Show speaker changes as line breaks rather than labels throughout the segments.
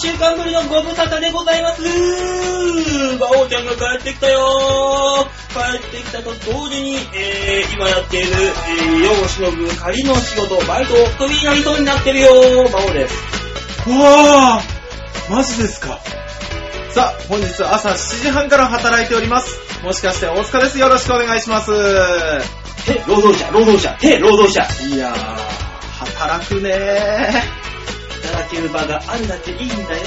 週間ぶりのご無沙汰でございます馬王ちゃんが帰ってきたよ帰ってきたと同時に、えー、今やっている、えー、世を忍ぶ仮の仕事、バイトをクビになりそうになってるよ馬王です。
うわーマジですかさあ、本日は朝7時半から働いております。もしかして大塚です。よろしくお願いします。い
へ、労働者、労働者、へ、労働者。
やー、働くね
働ける場があるだけいいんだよ。
ー。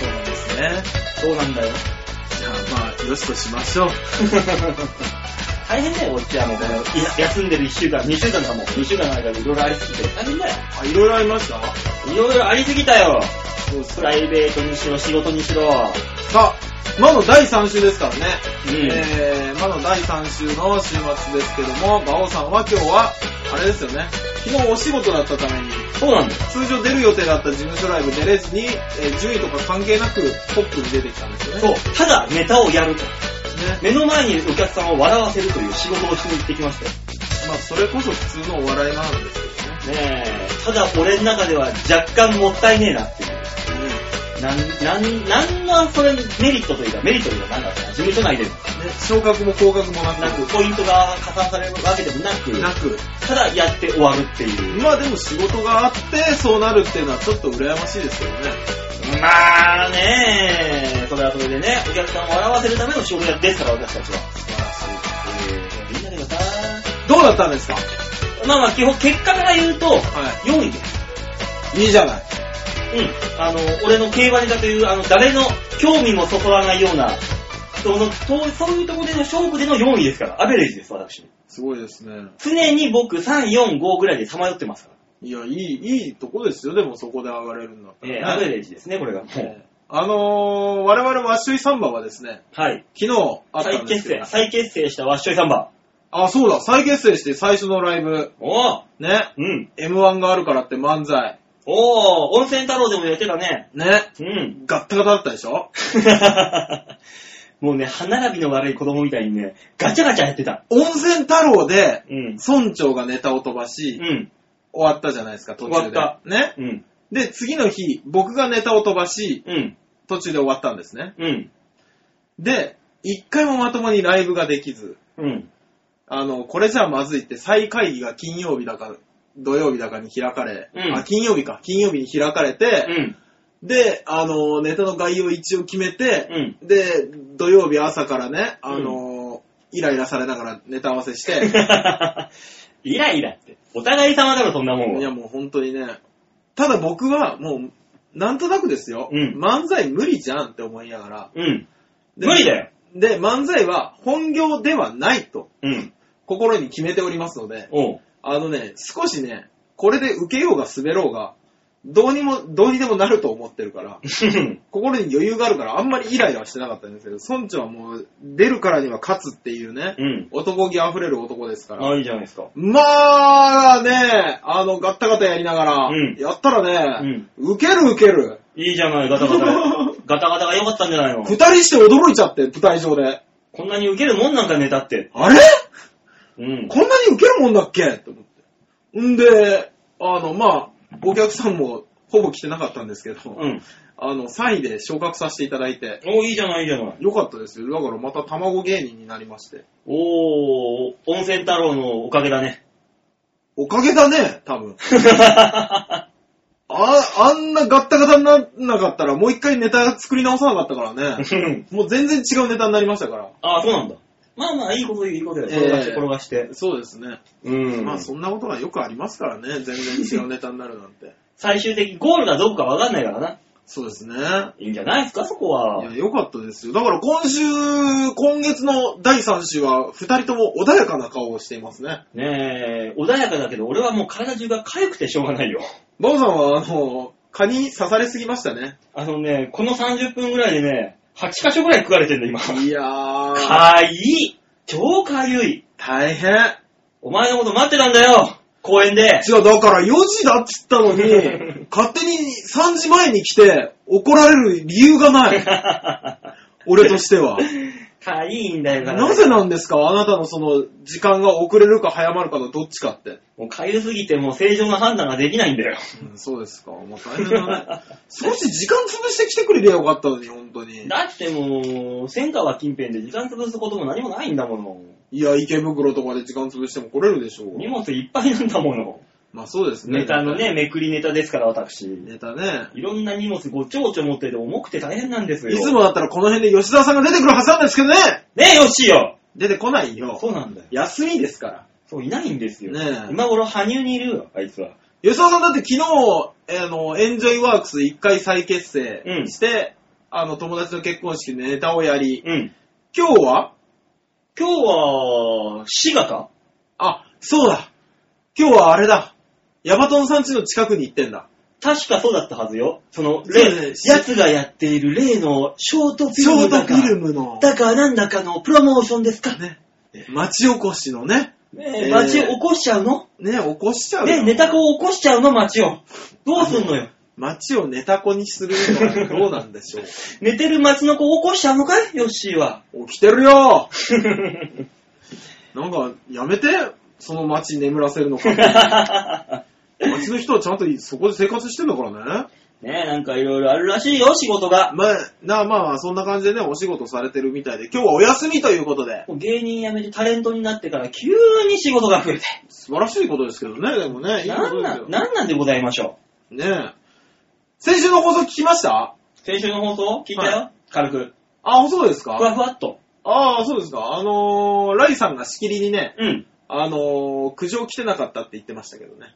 そうなんですね。
そうなん だよ。
じゃあまあ、よしとし ましょう。
大変だよ、こっちはもうこの、い休んでる1週間、2週間かも、2週間の間でいろいろありすぎて、大変だよ。
あ、いろいろありました
いろいろありすぎたよ。
そう
プライベートにしろ、仕事にしろ。
さあ、魔の第3週ですからね。
うん
えー、魔の第3週の週末ですけども、馬王さんは今日は、あれですよね。昨日お仕事だったために、
そうなんだよ。
通常出る予定だった事務所ライブ出れずに、えー順位とか関係なくトップに出てきたんですよね。
そう。ただ、ネタをやると。
ね。
目の前にいるお客さんを笑わせるという仕事をしに行ってきましたよ。
まあ、それこそ普通のお笑いなんですけどね。
ねえ、ただ俺の中では若干もったいねえなっていう。なん、なん、なんのそれメリットというか、メリットというか何だったかな事務所内で
ね、昇格も降格もなく、
なく、ポイントが加算されるわけでもなく、
なく。
ただやって終わるっていう。
まあでも仕事があって、そうなるっていうのはちょっと羨ましいですけどね。
まあねえ、それはそれでね、お客さんを笑わせるための仕事ですから、私たちは。
素晴らしい。
えー、いいんだけどさ、
どうだったんですか
まあまあ基本、結果から言うと、
は
4位です。
い。いいじゃない。
うん。あの、俺の競馬ネタという、あの、誰の興味もそそらないような、その、そうそういうところでの勝負での4位ですから、アベレージです、私。
すごいですね。
常に僕、3、4、5ぐらいでさまよってますから。
いや、いい、いいとこですよ。でもそこで上がれるんだった
えー、
ら
ア
ね
ベレージですね、これが。もう
えーあのー、我々ワッシュイサンバはですね、
はい。
昨日あった
再
んで
結
すけ
成、
ど、
再結成したワッショイサンバ。
あ、そうだ、再結成して最初のライブ、
おー
ね、
うん。
M1 があるからって漫才、
おー、温泉太郎でもやってたね。
ね、
うん。
ガッタガタだったでしょ
もうね、歯並びの悪い子供みたいにね、ガチャガチャやってた。
温泉太郎で、
うん。
村長がネタを飛ばし、
うん。
終わったじゃないですか、途中で。
終わ
った。ね。
うん。
で、次の日、僕がネタを飛ばし、
うん。
途中で終わったんですね。
うん。
で、一回もまともにライブができず、
うん。
あの、これじゃまずいって再会議が金曜日だか、土曜日だかに開かれ、
うん
あ、金曜日か、金曜日に開かれて、
うん。
で、あの、ネタの概要を一応決めて、
うん。
で、土曜日朝からね、あの、イライラされながらネタ合わ せして、
イライラって。お互い様だろ、そんなもん
いや
は。
もう本当にね、ただ僕はもう、なんとなくですよ、
うん
漫才無理じゃんって思いながら、
うん。
で
無理だよ。
で、漫才は本業ではないと
うん。
心に決めておりますので、
お う。
あのね、少しね、これで受けようが滑ろうが、どうにも、どうにでもなると思ってるから、心に余裕があるから、あんまりイライラはしてなかったんですけど、村長はもう、出るからには勝つっていうね、
うん。
男気溢れる男ですから。
あ、いいじゃないですか。
まあね、あの、ガッタガタやりながら、
うん
やったら
う
ね、
ん。
受ける受ける。
いいじゃない、ガタガ タ。ガタガタが良かったんじゃないの
二人して驚いちゃって、舞台上で。
こんなにウケるもんなんかネタって。
あれ
うん。
こんなに受けるもんだっけと思って。んで、あの、まあ、お客さんもほぼ来てなかったんですけど、
うん。
あの、3位で昇格させていただいて、
おいいじゃない、いいじゃない。
よかったですよ。だからまた卵芸人になりまして。
おー、温泉太郎のおかげだ ね。
おかげだね、多分。あ、あんなガッタガタになんなかったら、もう一回ネタ作り直さなかったからね。もう全然違うネタになりましたから。
ああ、そうなんだ。まあまあ、いいこと言う、いいことよ。
ええ
転がして、転がして。
そうですね。
うん。
まあそんなことがよくありますからね。全然違うネタになるなんて。
最終的にゴールがどこかわかんないからな。
そうですね。
いいんじゃないですか、そこ
いや、
は。
よかったですよ。だから今週、今月の第3週は、二人とも穏やかな顔をしていますね。
ねえ、穏やかだけど、俺はもう体中が痒くてしょうがないよ。
バオさんは、あの、蚊に刺されすぎましたね。
あのね、この30分ぐらいでね、8箇所ぐらい食われてんだ、今。
いやー、
かい超かゆい
大変。
お前のこと待ってたんだよ公園 で
違う、だから4時だっつったの に、勝手に3時前に来て怒られる理由がない。俺としては。
かいいんだよ、だから
なぜなんですかあなたのその、時間が遅れるか早まるかのどっちかって。
もうかゆすぎてもう正常な判断ができないんだよ。
うん、そうですか。もう大変だね。少し時間潰してきてくれりゃよかったのに、本当に。
だってもう、千川近辺で時間潰すことも何もないんだもの。
いや、池袋とかで時間潰しても来れるでしょう。
荷物いっぱいなんだもの。
まあそうですね。
ネタの。ね、めくりネタですから、私。
ネタね。
いろんな荷物ごちょごちょ持ってて重くて大変なんですよ。
いつもだったらこの辺で吉沢さんが出てくるはずなんですけどね
ねえ、よしよ
出てこないよ。
そうなんだよ。
休みですから。
そう、いないんですよ。
ねえ
今頃、羽生にいるよ、あいつは。
吉沢さんだって昨日、あの、エンジョイワークス1回再結成して、あの、友達の結婚式でネタをやり、
うん。
今日は
今日は、滋賀か
あ、そうだ今日はあれだヤバトンさん家の近くに行ってんだ。
確かそうだったはずよ。その、
そうだね
例、奴がやっている例のショートフ
シ
ィル
ョー
ムだ
ト
か。
フィルムの、
だかなんだかのプロモーションですかね
ね、町おこしのね、
え
えー
街を起こしちゃうの
ね、起こしちゃうよ
ねネタ子を起こしちゃうの街を。どうすんのよ。
町をネタ子にするのはどうなんでしょう
寝てる街の子を起こしちゃうのかいヨッシーは。
起きてるよなんか、やめて、その町眠らせるのか。 町の人はちゃんとそこで生活してんだからね。
ねえ、なんかいろいろあるらしいよ、仕事が。
まあ、なあまあまあ、そんな感じでね、お仕事されてるみたいで、今日はお休みということで、
芸人辞めてタレントになってから急に仕事が増えて。
素晴らしいことですけどね、でもね、いいこ
な
と
ん
で
な
す
ん、なんなんでございましょ
よ。ねえ。先週の放送聞きました
う。先週の放送聞いたよ、
は
軽く。
あ、そうです
ふわ
か
ふわっと。
ああ、そうですか。あのー、ライさんがしきりにね、
うん。
あのー、苦情来てなかったって言ってましたけどね。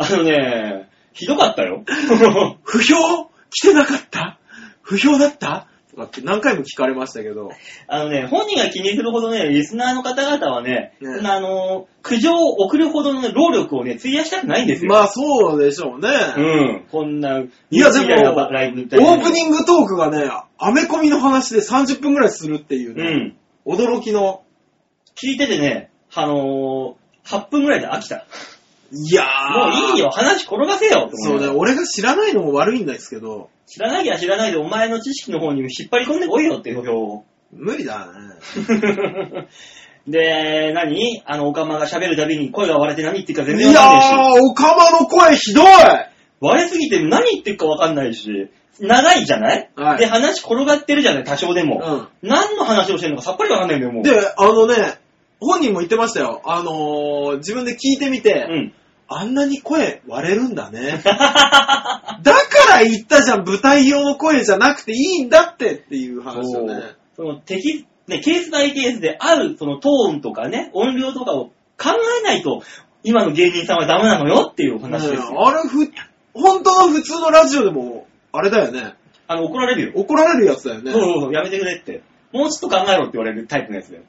あのね、ひどかったよ。
不評来てなかった不評だったとかって何回も聞かれましたけど。
あのね、本人が気にするほどね、リスナーの方々はね、
ね
そんなあの、苦情を送るほどのね労力をね、費やしたくないんですよ。
まあそうでしょうね。
うん。こんな、
いやでも
みたなライブみたいな
オープニングトークがね、アメコミの話で30分くらいするっていうね、
うん。
驚きの。
聞いててね、あのー、8分ぐらいで飽きた。
いや
も
ー。
ういいよ、話転がせよ、と思
そうね、俺が知らないのも悪いんですけど、
知らなきゃ知らないで、お前の知識の方に引っ張り込んでこいよっていう表 を。
無理だね。
で、何あの、オカマが喋るたびに声が割れて何言ってるか全
い
然わかんないし。
やー、オカマの声ひどい
割れすぎて何言ってるかわかんないし、長いじゃない、
はい
で、話転がってるじゃない多少でも、
う
何の話をしてるのかさっぱりわかんないんだよ、も
ん。
う。
で、あのね、本人も言ってましたよ。あのー、自分で聞いてみて、
うん。
あんなに声割れるんだね。だから言ったじゃん、舞台用の声じゃなくていいんだってっていう話をね。
その適、ね、ケースバイケースで合う、そのトーンとかね、音量とかを考えないと、今の芸人さんはダメなのよっていうお話です
うん
よ。
あれふ、本当の普通のラジオでも、あれだよね。
あの、怒られるよ。
怒られるやつだよね。
そうそうそう、やめてくれって。もうちょっと考えろって言われるタイプのやつだよ。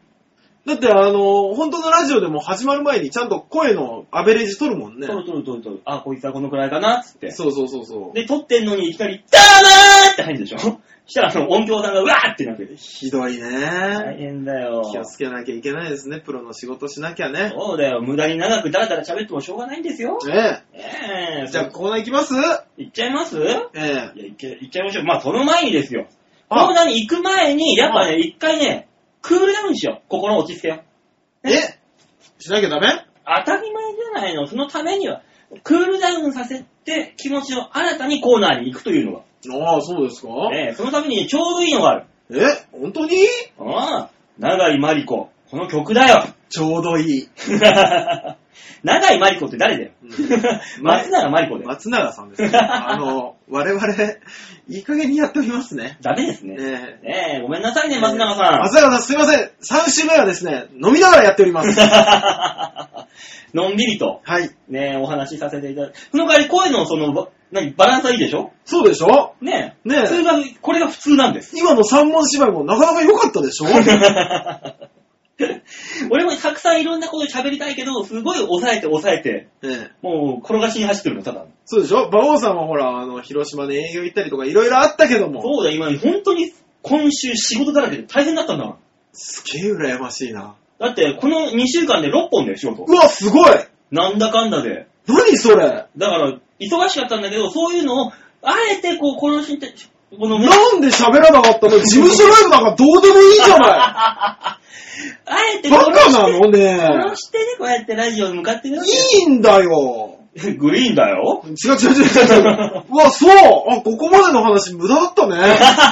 だって、あの、本当のラジオでも始まる前にちゃんと声のアベレージ取るもんね
ト。ロトロトロトロ、あ、こいつはこのくらいかな、つって。
そうそうそうそう。
で、撮ってんのにいきなり、ダーマーって入るでしょ したらその音響さんがうわーってなってる。
ひどいね、
大変だよ。
気をつけなきゃいけないですね。プロの仕事しなきゃね。
そうだよ。無駄に長くダラダラ喋ってもしょうがないんですよ。
え
ええ
え。じゃあ、
そう
コーナー行きます
行っちゃいます
ええ。
いや、いけ、いっちゃいましょう。まあ、その前にですよ。コ
あ
ーナーに行く前に、やっぱ
は
ね、一回ね、クールダウンしよう。心を落ち着けよう。ね
えしなきゃダメ
当たり前じゃないの。そのためには、クールダウンさせて、気持ちを新たにコーナーに行くというの
ああ、そうですか
が。ね、そのためにちょうどいいのがある。
え本当に
ああ、長井真理子。この曲だよ。
ちょうどいい。
長井真理子って誰だよ。
う
松永真理子だよ。
松永さん ですね。あの、我々、いい加減にやっておりますね。
ダメですね。
ねえ。
ねえ、ごめんなさいね、松永さん。
松永さんすいません。3週目はですね、飲みながらやっております。
のんびりと、
はい。
ねえ、お話しさせていただいて。その代わり声のその、ば何、バランスはいいでしょ
そうでしょ
ねえ。
ねえ
普通が、これが普通なんです。
今の三文芝居もなかなか良かったで しょ
俺もたくさんいろんなこと喋りたいけど、すごい抑えて抑えて、
ええ
もう転がしに走ってるの、ただの。
そうでしょ馬王さんはほら、あの、広島で営業行ったりとかいろいろあったけども、
そうだ、今、本当に今週仕事だらけで大変だったんだもん。
すげえ羨ましいな。
だって、この2週間で6本だよ、仕事
う。わ、すごい
なんだかんだで。
何それ
だから、忙しかったんだけど、そういうのを、あえてこう、このしんてこのね、
なんで喋らなかったの事務所ライブなんかどうでもいいじゃな
あえて
いバ
殺
カ
し
な
て、
のね
殺してね、こうやってラジオに向かってるわけ
いいんだよ
グリーンだ よ
違う違う違う違 う。うわ、そうあ、ここまでの話無駄だった ね。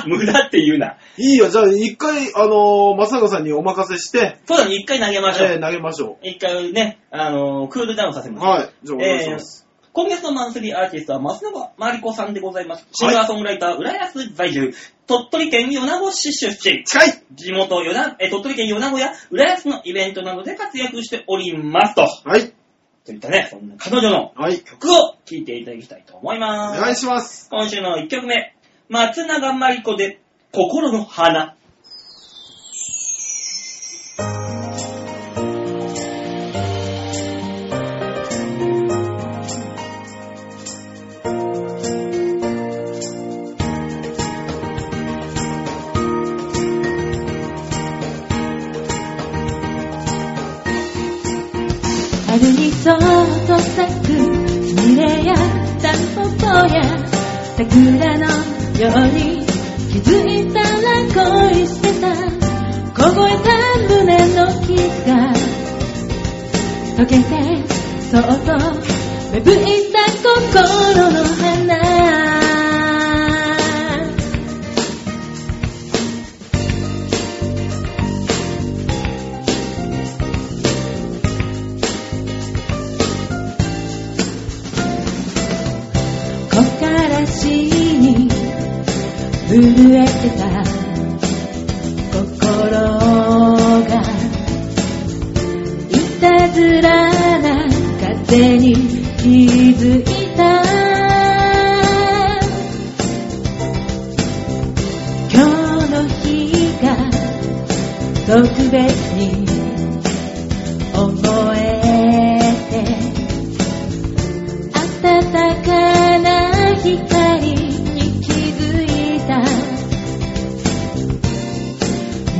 無駄って言うな。
いいよ、じゃあ一回、あのー、松永さんにお任せして、
そうだね、一回投げましょ
えー
う。
投げましょ
一回ね、あのー、クールダウンさせ
う。
ます。
はい、じゃあお願いします。
今月のマンスリーアーティストは松永まりこさんでございます。シンガーソングライター、浦安在住、鳥取県米子市出身。
近い
地元よなえ鳥取県米子や浦安のイベントなどで活躍しておりますと。
はい、
といったね、そんな彼女の
はい、
曲を聴いていただきたいと思い
お
ます。
願いします。
今週の1曲目、松永まりこで心の花。
春にそっと咲くスミレやタンポポや桜のように気づいたら恋してた凍えた胸の傷が溶けてそっと芽吹いた心の花木からしに震えてた心がいたずらな風に気づいた今日の日が特別に思えて暖かな光に気づいた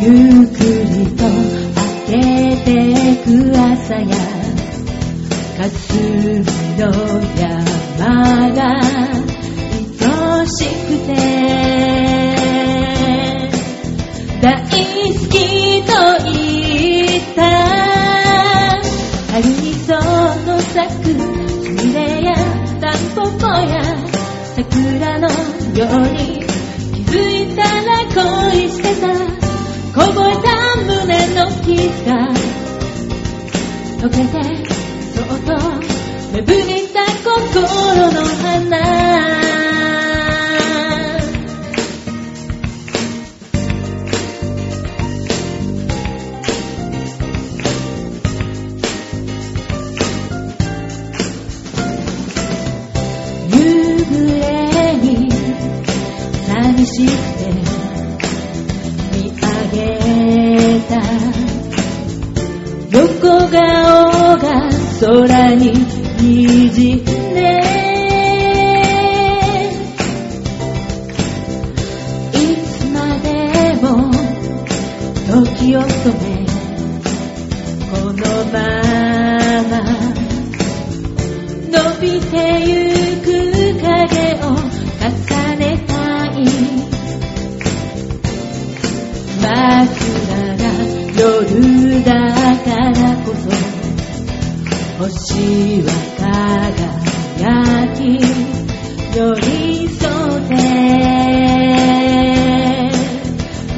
ゆっくりと明けてく朝や霞の山が愛しくて大好きと言った春にそっと咲くスミレやタンポポや桜のように気づいたら恋してた凍えた胸の傷が溶けてそっと芽吹いた心の花夕暮れに寂しくて見上げた横顔が空に滲んでいつまでも時を止めこのまま伸びてゆく影を重ねたい枕が夜だからこそ星は輝き寄り添って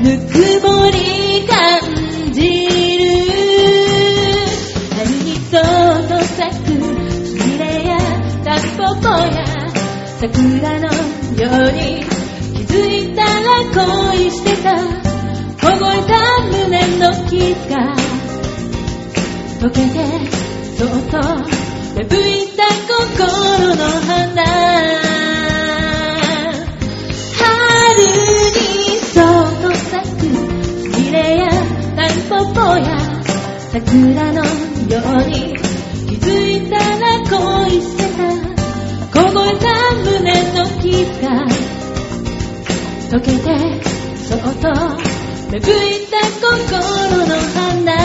ぬくもり感じる春にそっと咲くスミレやタンポポや桜のように気づいたら恋してた凍えた胸の傷が溶けてそっと芽吹いた心の花春にそっと咲くスミレやタンポポや桜のように気づいたら恋してた凍えた胸の傷が溶けてそっと芽吹いた心の花
は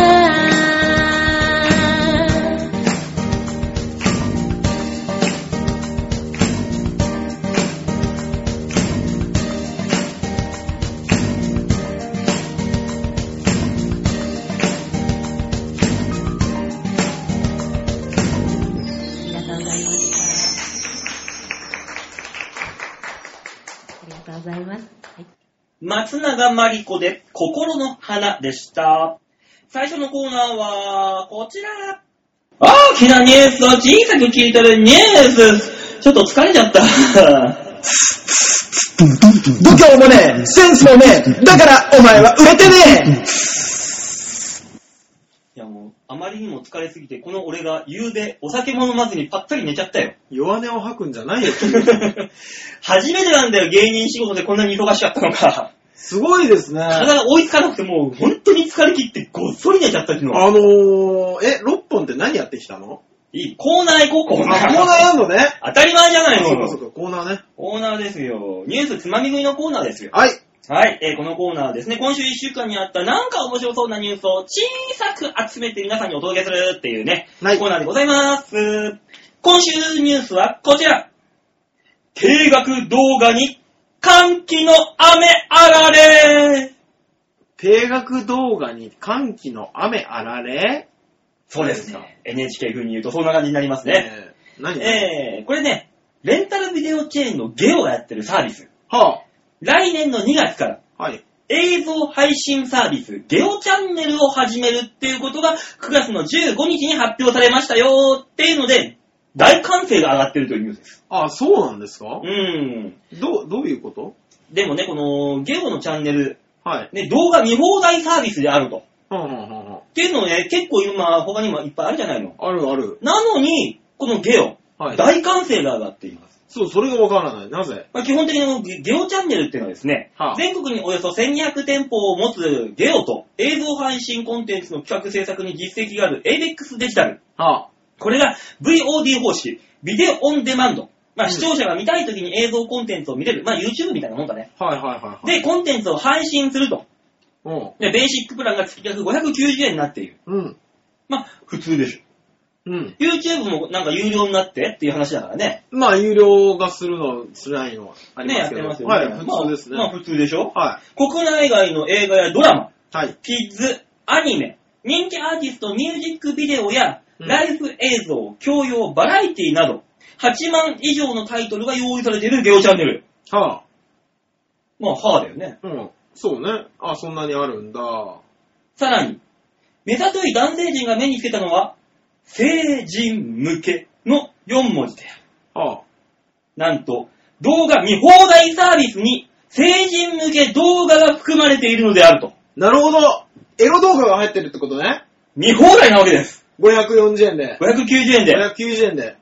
はい。
松永まり子で心の花でした。最初のコーナーは、こちら。大きなニュースを小さく聞いてるニュース。ちょっと疲れちゃった。
度胸もねえ、センスもねえ、だからお前は売れてね
いやもう、あまりにも疲れすぎて、この俺が夕べお酒も飲まずにぱったり寝ちゃったよ。
弱音を吐くんじゃないよ。
初めてなんだよ、芸人仕事でこんなに忙しかったのか。
すごいですね。
体が追いつかなくてもう、本当に疲れ切ってごっそり寝ちゃった昨日。
あのー、え、6本って何やってきたの
いい、コーナー行こう、コ
あ、
ー
コー
ナ
ナ
ー。
ーあんのね。
当たり前じゃない
そう
の
か。そうか、コーナーね。
コーナーですよ。ニュースつまみ食いのコーナーですよ。
はい。
はい、えーこのコーナーはですね、今週1週間にあったなんか面白そうなニュースを小さく集めて皆さんにお届けするっていうね、
はい
コーナーでございます。今週ニュースはこちら。定額動画に歓喜の雨あられ
定額動画に歓喜の雨あられ
そうですね。NHK 風に言うとそんな感じになりますね。
えー何、
えー、これね、レンタルビデオチェーンのゲをやってるサービス。
は
来年の2月から
あ、はい。
映像配信サービス、ゲオチャンネルを始めるっていうことが9月の15日に発表されましたよっていうので、大歓声が上がってるというニュースです。
あ、そうなんですか
うん。
どう、どういうこと
でもね、このゲオのチャンネル、
はい。
ね、動画見放題サービスであると。
はんはんはんはん
っていうのをね、結構今、他にもいっぱいあるじゃないの。
あるある。
なのに、このゲオ、
はい。
大歓声が上がっています。
そう、それがわからない。なぜ
まあ、基本的にこのゲゲオチャンネルっていうのはですね、
はあ
全国におよそ1200店舗を持つゲオと映像配信コンテンツの企画制作に実績がある ADEX デジタル。
はあ、
これが VOD 方式、ビデオオンデマンド。まあ、
うん
視聴者が見たい時に映像コンテンツを見れる。まあ、YouTube みたいなもんだね。
はいはいはいはい。
で、コンテンツを配信すると。
うん。
で、ベーシックプランが月額590円になっている。
うん。
まあ、普通でしょ。
うん。
YouTube もなんか有料になってっていう話だからね。
まあ、有料がするの、つらいのはあり
ね、
ま
やっ
すけ
て
ど。
ますよね。
はい、普通ですね。
まあ、まあ普通でしょ。
は
国内外の映画やドラマ、
い。はい。
キッズ、アニメ、人気アーティストミュージックビデオや、
うん
ライブ映像、教養、バラエティなど、8万以上のタイトルが用意されているゲオチャンネル。
はあ。
まあ、はあだよね。
うん。そうね。あ、そんなにあるんだ。
さらに、目ざとい男性陣が目につけたのは、成人向けの4文字である。
はあ。
なんと、動画見放題サービスに、成人向け動画が含まれているのであると。
なるほど。エロ動画が入ってるってことね。
見放題なわけです。
540円で。
590円で。
590円で。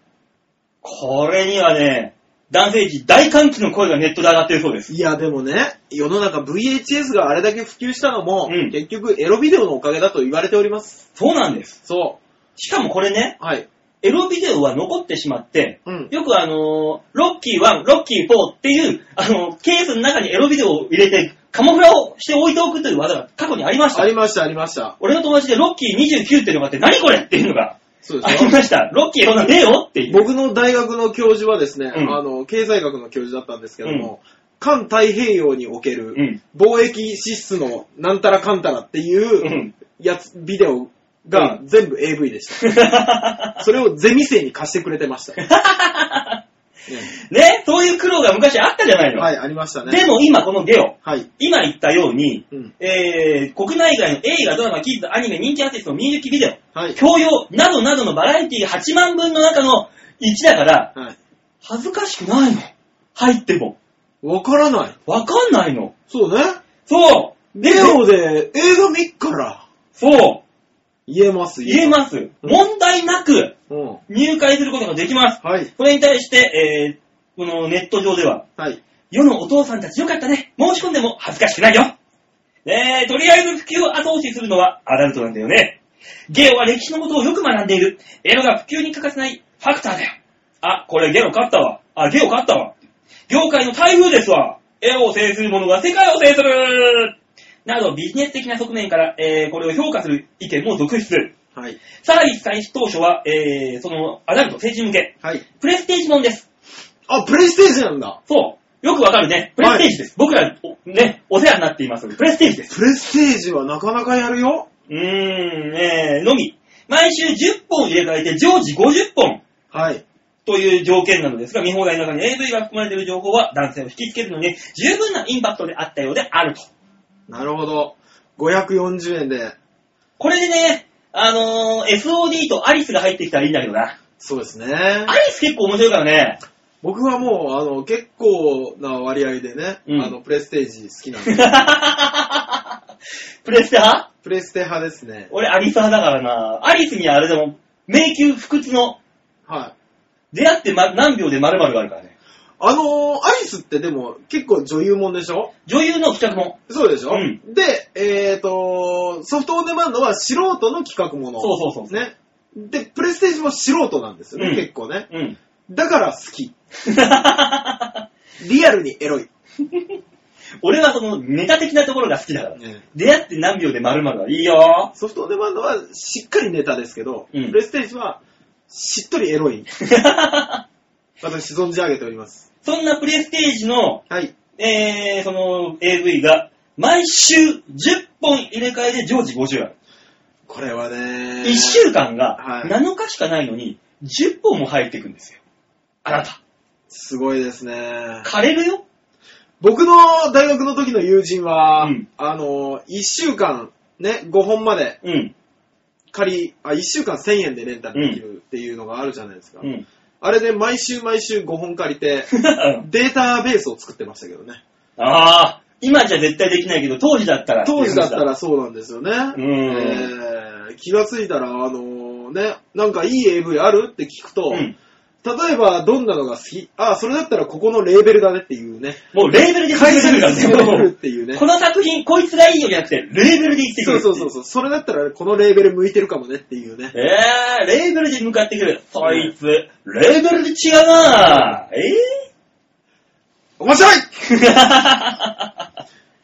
これにはね、男性陣大歓喜の声がネットで上がっているそうです。
いや、でもね、世の中 VHS があれだけ普及したのも、
うん
結局エロビデオのおかげだと言われております。
そうなんです。
そ
しかもこれね、
う。はい。
エロビデオは残ってしまって、
うん。
よくあのーロッキー1、ロッキー4っていう、あのーケースの中にエロビデオを入れて、カモフラをして置いておくという技が過去にありまし
あ
た。
りました、ありました。
俺の友達でロッキー29っていうのがあって、何これっていうのが
そうで
あ
す
り
よ。
ました。ロッキーそんなねえよって いう。
僕の大学の教授はですね、
うん
あの、経済学の教授だったんですけども、環太平洋におけ
う
る
ん。
貿易支出のなんたらかんたらって
う。
いうんやつ、ビデオが
う
全部 AV でした。 それをゼミ生に貸してくれてました。
ね、そういう苦労が昔あったじゃない
うん
の。
はい、ありましたね。
でも今このゲオ、
はい。
今言ったように、
うん。
えー、国内外の映画、ドラマ、キッズ、アニメ、人気アーティストのミュージックビデオ、
はい。
教養などなどのバラエティ8万分の中の1だから、
はい。
恥ずかしくないの。入っても。
わからない。
わかんないの。
そうね。
そう。
ビデオで映画見っから
そう。
言えます、
言え
す。
ます。問題なく
うん。
入会することができます。
はい。
これに対して、えー、このネット上では、
はい。
世のお父さんたちよかったね。申し込んでも恥ずかしくないよ。ねえ、とりあえず普及を後押しするのはアダルトなんだよね。ゲオは歴史のことをよく学んでいる。エロが普及に欠かせないファクターだよ。あ、これゲオ勝ったわ。あ、ゲオ勝ったわ。業界の台風ですわ。エロを制する者が世界を制するなどビジネス的な側面から、えーこれを評価する意見も続出。
はい。
さらに開始当初は、えーそのアダルト政治向け、
はい。
プレステージ本です。
あ、プレイステージなんだ。
そう。よくわかるね。プレステージです。僕ら、おね、お世話になっています。プレステージです。
プレステージはなかなかやるよ。
うーん、えー、のみ。毎週10本入れ替えて常時50本。
はい。
という条件なのですが、見放題の中に AV が含まれている情報は男性を引きつけるのに十分なインパクトであったようであると。
なるほど。540円で、
これでね、あのー SOD とアリスが入ってきたらいいんだけどな。
そうですね
ア。リス結構面白いからね。
僕はもう、あの、結構な割合でね、
うん
あの、プレステージ好きなん で、
プレステ派
プレステ派ですね。
俺アリス派だからな。アリスにはあれでも、迷宮不屈の
はい。
出会って、ま、何秒で〇〇があるからね。
あのーアリスってでも結構女優もんでしょ
女優の企画も。
そうでしょ、
うん
で、えっ、と、ソフトオンデマンドは素人の企画もの。
そうそうそう
ね。で、プレステージも素人なんですよね、
うん
結構ね。
うん。
だから好 き。リアルにエロい。
俺はそのネタ的なところが好きだから。
ね
出会って何秒で〇〇はいいよ。
ソフトオンデマンドはしっかりネタですけど、
うん
プレステージはしっとりエ ロい。私存じ上げております。
そんなプレステージの、
はい。
えー、その AV が、毎週10本入れ替えで常時50ある。
これはね。
1週間が
はい
7日しかないのに、10本も入ってくんですよ。あなた。
すごいですね。
枯れるよ
僕の大学の時の友人は、
うん
あの、1週間、ね、5本まで
うん。
借り、あ、1週間1000円でレンタルできるっていうのがあるじゃないですか。
うん。
あれで毎週毎週5本借 りて、データベースを作ってましたけどね。
ああ、今じゃ絶対できないけど、当時だったら。
当時だった。らそうなんですよね。
ん
えー気がついたら、あのね、なんかいい AV あるって聞くと、
うん。
例えばどんなのが好きあ、それだったらここのレーベルだねっていうね。
もうレーベルで
解説
決
して
めてるか
く
ら
るっ
ね。
ていうね
こ。の作品、こいつがいいよじゃなくて、レーベルで言ってく
そう
る。。
そうそううそう。それだったらこのレーベル向いてるかもねっていうね。
えー、レーベルで向かってくる。そいつ、レーベルで違うなぁ。え
面白い
ー、
今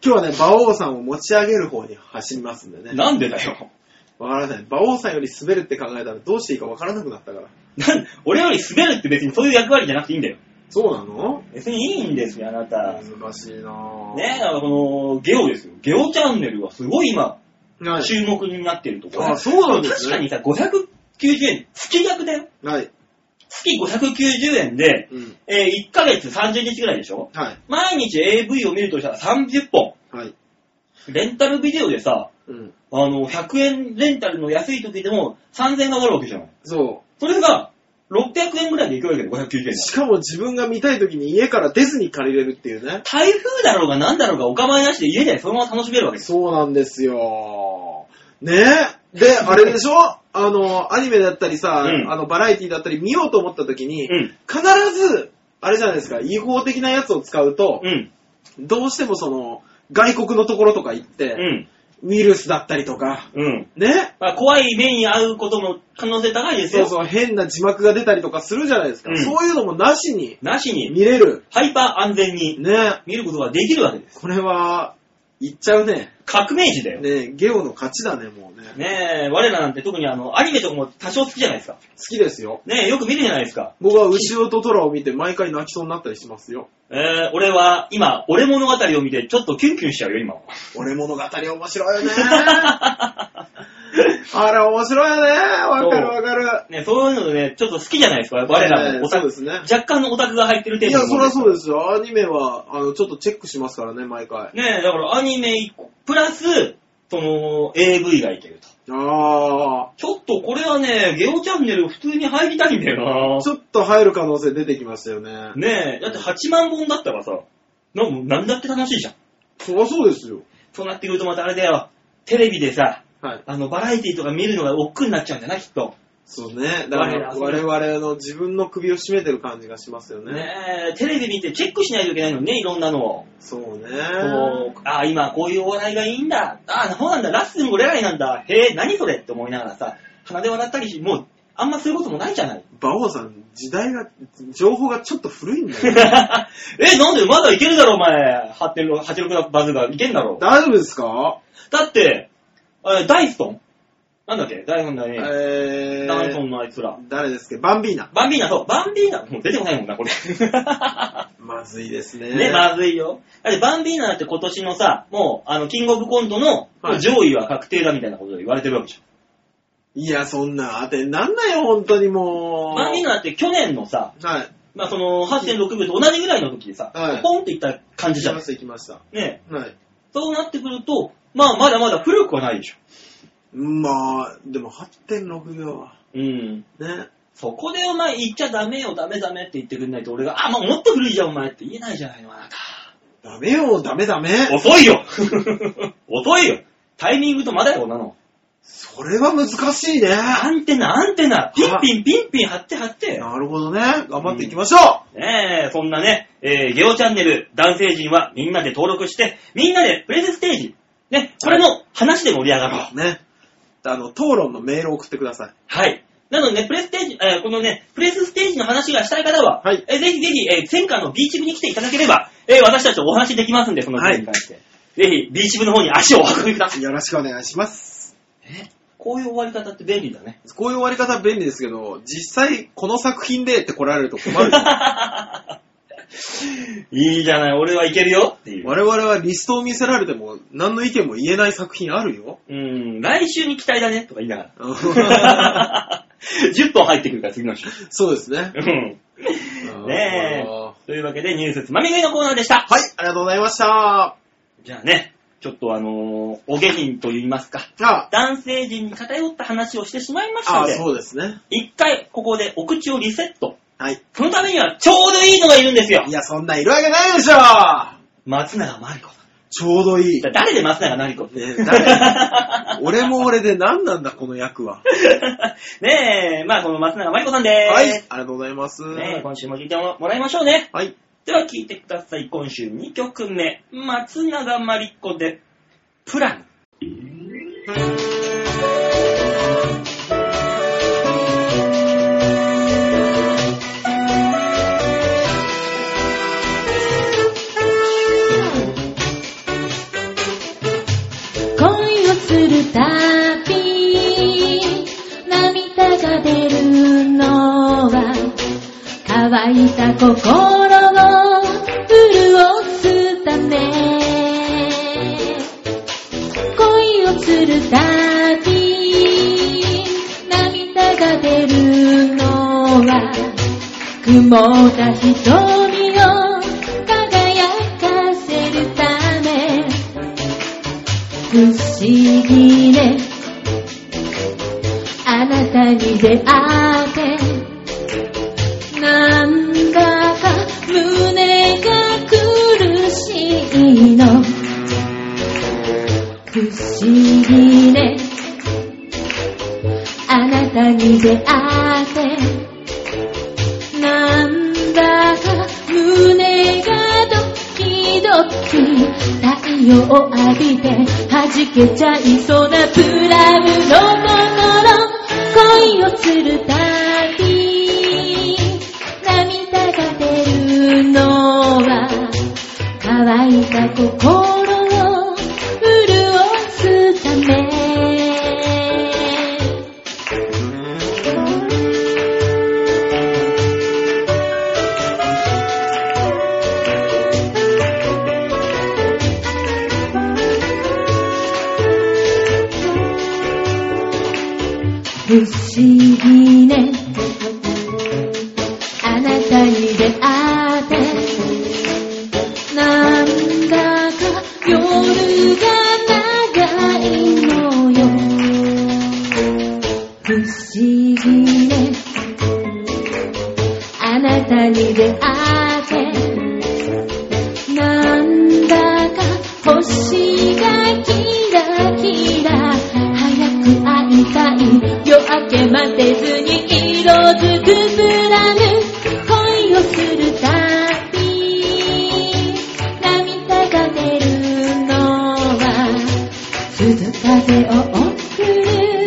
日はね、馬王さんを持ち上げる方に走りますんでね。
なんでだよ。
わからない。馬王さんより滑るって考えたらどうしていいかわからなくなったから。
なん俺より滑るって別にそういう役割じゃなくていいんだよ。
そうなの
別にいいんですよ、あなた。
難しいなぁ
ねえ、だからこの、ゲオですよ。ゲオチャンネルはすごい今、
はい。
注目になってるところ。
あそうなんですね
確かにさ、590円、月額だよ。
はい。
月590円で、
うん。
えー1ヶ月30日ぐらいでしょ
はい。
毎日 AV を見るとしたら30本。
はい。
レンタルビデオでさ、
うん。
あの、100円レンタルの安い時でも3000円かかるわけじゃない。
そ
それが、600円ぐらいでいくわけで590円だ
う。しかも自分が見たい時に家から出ずに借りれるっていうね。
台風だろうが何だろうがお構いなしで家でそのまま楽しめるわけです。
そうなんですよ。ねえ。で、あれでしょあの、アニメだったりさ、
うん
あの、バラエティだったり見ようと思った時に、
うん。
必ず、あれじゃないですか、違法的なやつを使うと、
うん。
どうしてもその、外国のところとか行って、
うん。
ウイルスだったりとか、
うん。
ね
まあ、怖い目に遭うことも可能性高いです
そう
よ。
そう、変な字幕が出たりとかするじゃないですか。
うん
そういうのもなしに
なしに、
見れる。
ハイパー安全に
ね
見ることができるわけです。
これは、言っちゃうね。
革命児だよ。ね
ねゲオの勝ちだね、もうね。
え、我らなんて特にあの、アニメとかも多少好きじゃないですか。
好きですよ。
ねえ、よく見るじゃないですか。
僕は牛尾と虎を見て毎回泣きそうになったりしますよ。
えー、俺は今、俺物語を見てちょっとキュンキュンしちゃうよ、今は。
俺物語面白いよ ね。あれ面白いよね。わかるわかる。
ね、そういうのね、ちょっと好きじゃないですか。我らも
ね
オタ
そう
ク、
ですね。
若干のオタクが入ってる
い
程
や、
度
そりゃそう
う
ですよ。アニメは、あの、ちょっとチェックしますからね、毎回。
ねえ、だからアニメ、プラス、その、AV がいけると。
あ
ちょっとこれはね、ゲオチャンネル普通に入りたいんだよな
ー。ちょっと入る可能性出てきましたよね。
ねえ、だって8万本だったらさ、ななんだって楽しいじゃん。
そりゃそうですよ。
そうなってくるとまたあれだよ、テレビでさ、
はい。
あの、バラエティとか見るのが億劫になっちゃうんじゃないきっと。
そうね。だから、
我々
我々の自分の首を絞めてる感じがしますよね。
ねえ、テレビ見てチェックしないといけないのにね、いろんなのを。
そうね。
こうああ、今こういうお笑いがいいんだ。ああ、そうなんだ。ラッスン俺らいなんだ。へえ、何それって思いながらさ、鼻で笑ったりし、もう、あんまそういうこともないじゃない。
馬王さん、時代が、情報がちょっと古いんだ よ。
え、なんでまだいけるだろ、お前。86、86バズがいけんだろ。
大丈夫ですか
だって、あダイストンなんだっけダイソンだね。
え
ダイソン
ー、
のあいつら。
誰ですっけバンビーナ。
バンビーナ、そう、バンビーナ、もう出てこないもんな、 これ。
まずいですね。
ね、まずいよ。だってバンビーナって今年のさ、もう、あの、キングオブコントの
はい
上位は確定だみたいなことで言われてるわけじ
いや、そんな当てになんないよ、本当にもう。
まあみんなだって去年のさ、
はい。
まあその8.6秒と同じぐらいの時でさ、
はい
ポンっていった感じじゃん
行。きました、行き
ね
ました。はい。
そうなってくると、まあまだまだ古くはないでしょ。
まあ、でも8.6秒は。
うん。
ね。
そこでお前言っちゃダメよ、ダメダメって言ってくんないと俺が、あ、まあもっと古いじゃんお前って言えないじゃないの、あなた。
ダメよ、ダメダメ。
遅いよ遅いよタイミングとまだよ、こんなの。
それは難しいね。
アンテナ、アンテナ、ピンピンピンピン張って張って。
なるほどね。頑張っていきましょ
ねえ、そんなね、えー、ゲオチャンネル、男性陣はみんなで登録して、みんなでプレゼステージ、ね、これの話で盛り上がろう。
う。ね。あの、討論のメールを送ってください。
はい。なのでね、プレステージ、えーこのね、プレスステージの話がしたい方は、
はい
えーぜひぜひ、えー、前回のビーチ部に来ていただければ、えー私たちお話できますんで、その件に関して。ぜひ、ビーチ部の方に足をお運びください。
よろしくお願いします。
こういう終わり方って便利だね。
こういう終わり方便利ですけど、実際この作品でって来られると困る。
いいじゃない、俺はいけるよっていう。
我々はリストを見せられても何の意見も言えない作品ある よ。
うん、来週に期待だね、とか言いな がら。
うん
10本入ってくるから、次の週。
そうですね。
うん。ねえ
は。
というわけで、ニュースつまみ食いのコーナーでした。
い、ありがとうございました。
じゃあね、ちょっとあのーお下品と言いますか。
じゃあ、
男性陣に偏った話をしてしまいました
あ
の
あ、
で、
そうですね。
一回ここでお口をリセット。
はい。
そのためにはちょうどいいのがいるんですよ
い。や、そんないるわけないでしょ
松永まりこさん。
ちょうどいい
じゃ。あ誰で松永まりこって。
ねえ誰俺も俺で何なんだ、この役は。
ねえ、まあこの松永まりこさんで
はい、あ
ー
りがとうございます。
す。ねえ、今週も聞いてもらいましょうね。
はい。
では聞いてください。今週2曲目。松永まりこで、プラン。
恋をするたび涙が出るのは乾いた心を潤すため恋をするたび涙が出るのは曇った瞳を輝かせるため不思議ねあなたに出会ってなんだか胸が苦しいの不思議ねあなたに出会ってなんだか胸がドキドキ太陽を浴びて弾けちゃいそうなプラムの心恋をするたび涙が出るのは乾いた心を潤すため不思議ねあなたに出会ってなんだか夜が長いのよ不思議ねあなたに出会ってなんだか星がキラキラ早く会いたい夜明け待てずに色づくプラム恋をするたび涙が出るのは鈴風を送る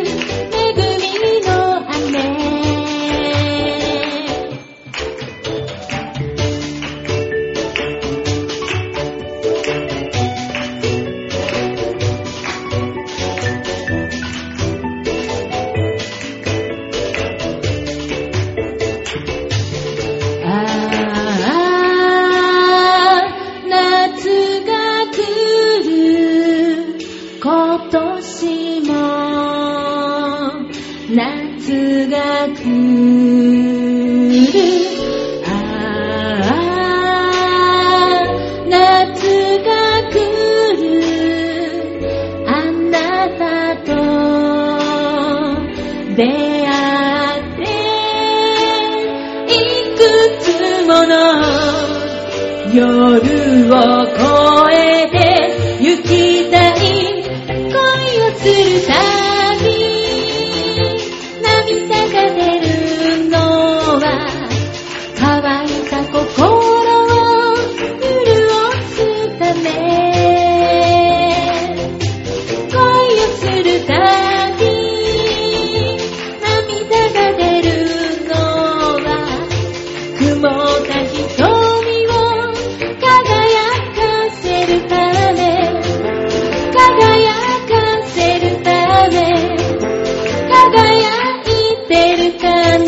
恵みの雨ああ、夏が来る今年も夏が来るああ夏が来るあなたと出会っていくつもの夜を越えて行きたい恋をするたび涙が出るのは乾いた心を潤すため恋をするたび涙が出るのは雲が瞳を輝かせるため輝かせるため輝いてるかな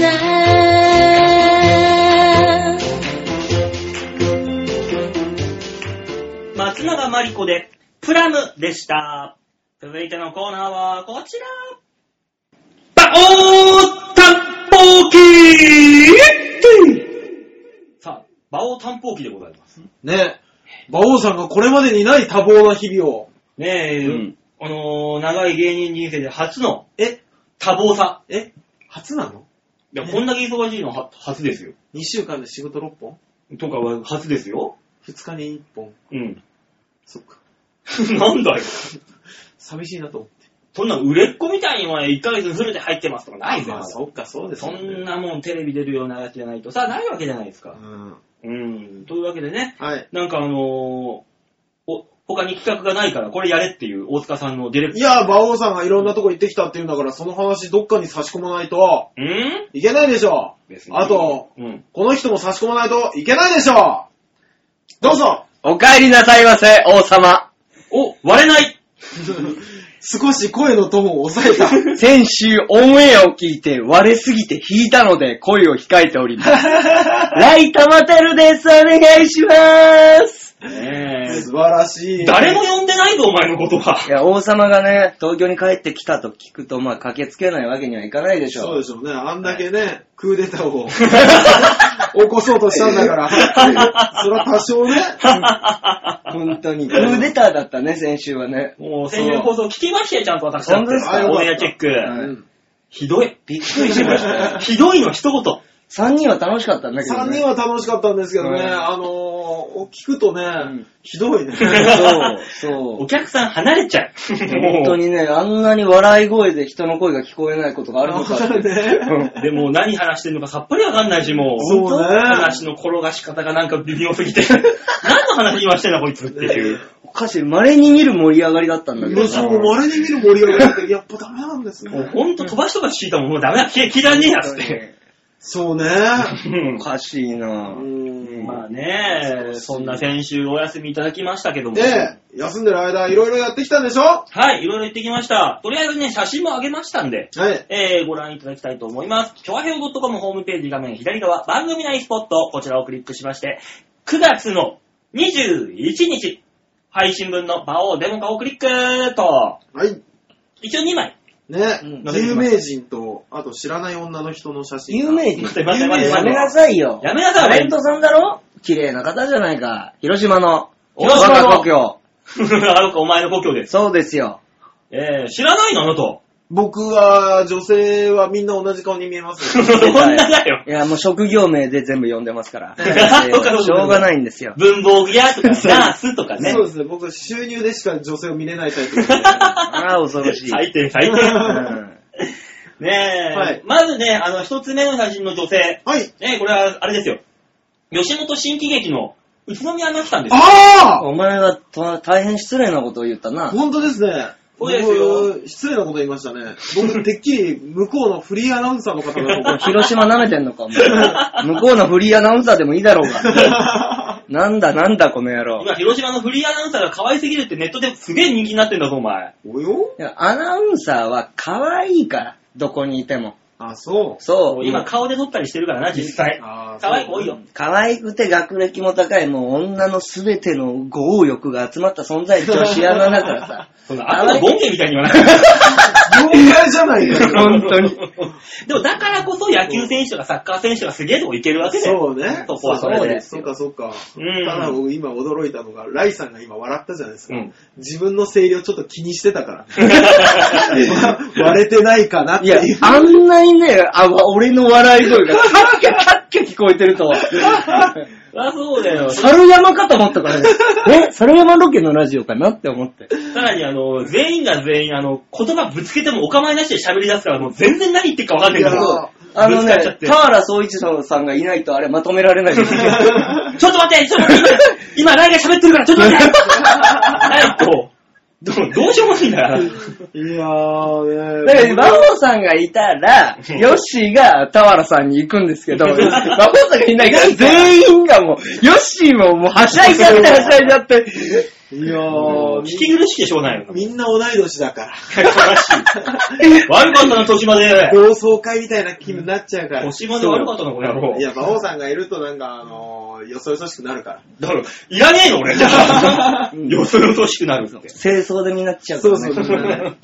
松永まり子で、プラムでした。続いてのコーナーはこちら。バオータンポーキさあ、バオータンポーキでございます。
ね。馬王さんがこれまでにない多忙な日々を。
ねえ、
うん
あのー長い芸人人生で初の
え
多忙さ。
え初なの
いや、こんだけ忙しいのは初ですよ。
?2 週間で仕事6本
とかは初ですよ。
?2 日に1本
うん。
そっか。
なんだよ。
寂しいなと思って。
そんな売れっ子みたいにお前1ヶ月フルで入ってますとかないぜ。
まあ、そっか、そうです
そ
よね
ん。なもんテレビ出るようなやつじゃないとさ、ないわけじゃないですか
う。ん。
うん。というわけでね、
はい。
なんかあのーお、他に企画がないからこれやれっていう大塚さんのディレク
いや、馬王さんがいろんなとこ行ってきたっていうんだから、その話どっかに差し込まないと
うん
いけないでしょ。
別に
あと、
うん。
この人も差し込まないといけないでしょ。どうぞ
お帰りなさいませ、王様。
お、割れない
少し声のトーンを抑えた。
先週オンエアを聞いて割れすぎて引いたので声を控えておりま す。ライトモテルです、お願いしまーす。
ねえ
素晴らしい。
誰も呼んでないぞ、お前のことは。
いや、王様がね、東京に帰ってきたと聞くと、まあ駆けつけないわけにはいかないでしょ
そうでしょうね。あんだけね、クーデターを起こそうとしたんだから、それは多少ね、
本当に。クーデターだったね、先週はね。
もう先週の放送聞きましたよ、ちゃんと私だって。
本当です
か
オンエアチェック。
は
うん
ひどい。
びっくりしまし たよ。
ひどいの一言。
3人は楽しかったんだけど
3
ね。
人は楽しかったんですけどね、
うん
あのー、聞くとね、
ん
ひどいね。
そう、そ
お
う。
客さん離れち ゃう。
本当にね、あんなに笑い声で人の声が聞こえないことがあるのか って。
ね。
でも何話してんのかさっぱりわかんないし、もう。
そうね
話の転がし方がなんか微妙す ぎて。何の話今してんだこいつっていう。
おかしい、稀に見る盛り上がりだったんだけ
いや、
ど。
そう、稀に見る盛り上がりって、やっぱダメなんです
もう
ね。
ほんと飛ばしとか敷いたもん、もうダメだ、消え切らねえやつって。
そうね。
うん
おかしいな
う
ぁ。
ん
まあねそんな先週お休みいただきましたけども。
で、休んでる間、いろいろやってきたんでしょは
はい、いろいろ言ってきました。とりあえずね、写真も上げましたんで、
い。
えー、ご覧いただきたいと思います。ちょわへお .com ホームページ画面左側、番組内スポット、こちらをクリックしまして、9月の21日、配信分の場をデモ化をクリックと、
はい。
一応2枚。
ね、
うん
有名人と、あと知らない女の人の写真が。
有名人
待って待って待って
や
待
めな
って。
さいよ。
やめなさい
タレントさんだろ綺麗な方じゃないか。広島の。
広島の
我が故郷。
あの子、お前の故郷です。
そうですよ。
えー、知らないのあなた。
僕は、女性はみんな同じ顔に見えます、ね。
そんなだよ。
いや、もう職業名で全部呼んでますから。
そうかそうか
しょうがないんですよ。
文房具屋と か、ダンスとかね。
そうですね。僕、収入でしか女性を見れないタイプです、
ああ、恐ろしい。
最低、最低。
うん
ねえ、
はい
まずね、あの、一つ目の写真の女性。
はい。
ねえこれは、あれですよ。吉本新喜劇の宇都宮真紀さんですよ。
あ
お前はと大変失礼なことを言った
あ
な。
本当ですね。
そうですよ
僕失礼なこと言いましたね。僕、てっきり向こうのフリーアナウンサーの方だと思って
広島舐めてんのか、お前向こうのフリーアナウンサーでもいいだろうが。なんだなんだ、この野郎。
今、広島のフリーアナウンサーが可愛すぎるってネットですげえ人気になってんだぞ、お前。
およ
いやアナウンサーは可愛いから、どこにいても。
あ、そ
そう。
今顔で撮ったりしてるからな、実際。
あー
可愛い子多いよ。
可愛くて学歴も高い、もう女のすべての豪欲が集まった存在、女子アナだからさ。
そんな、あんなボケみたいにはない。
う。妖怪じゃないかよ。
本当に。
でもだからこそ野球選手とかサッカー選手がすげえとこいけるわけで。
そうね。
そこはそれ
そう
で
で。
そっかそっか。
うん
ただ僕今驚いたのが、ライさんが今笑ったじゃないですか。
うん
自分の声量ちょっと気にしてた から。 割れてないかなって
いや
いう。、
あんなにね、あ俺の笑い声が、キャッキャキャッキャ聞こえてる とは。
あ、そうだよ。さ
猿山かと思ったからね。え、猿山ロケのラジオかなって思って。
らにあの、全員が全員あの、言葉ぶつけてもお構いなしで喋り出すから、もう全然何言ってるかわかんないから。
いや
も
そう
あの
ぶつかっちゃっ
ね、
て
田原総一郎さんがいないとあれまとめられないですよ
ちょっと待って、ちょっと待って、今、今ライが喋ってるから、ちょっと待ってないと、どうどうしようもないんだから。
いやー
だ
ね
から、馬王さんがいたら、ヨッシーが田原さんに行くんです けど、馬王さんがいないから全員がもう、ヨッシーももうはしゃいじゃってはしゃいじゃって。
いやー
聞き苦しくてしょうが ないよ。
みんな同い年だから。
悲しい。悪かったな、年まで。
同窓会みたいな気分になっちゃうから。
年まで悪かったな、この野郎
い。や、馬王さんがいるとなんか、あのー、よそよそしくなるか
だから、いらねえの、俺。 よそよそしくなるって。
清掃でみんなっちゃ
ら。
うか
そう
ら
そ
ね
うそう。は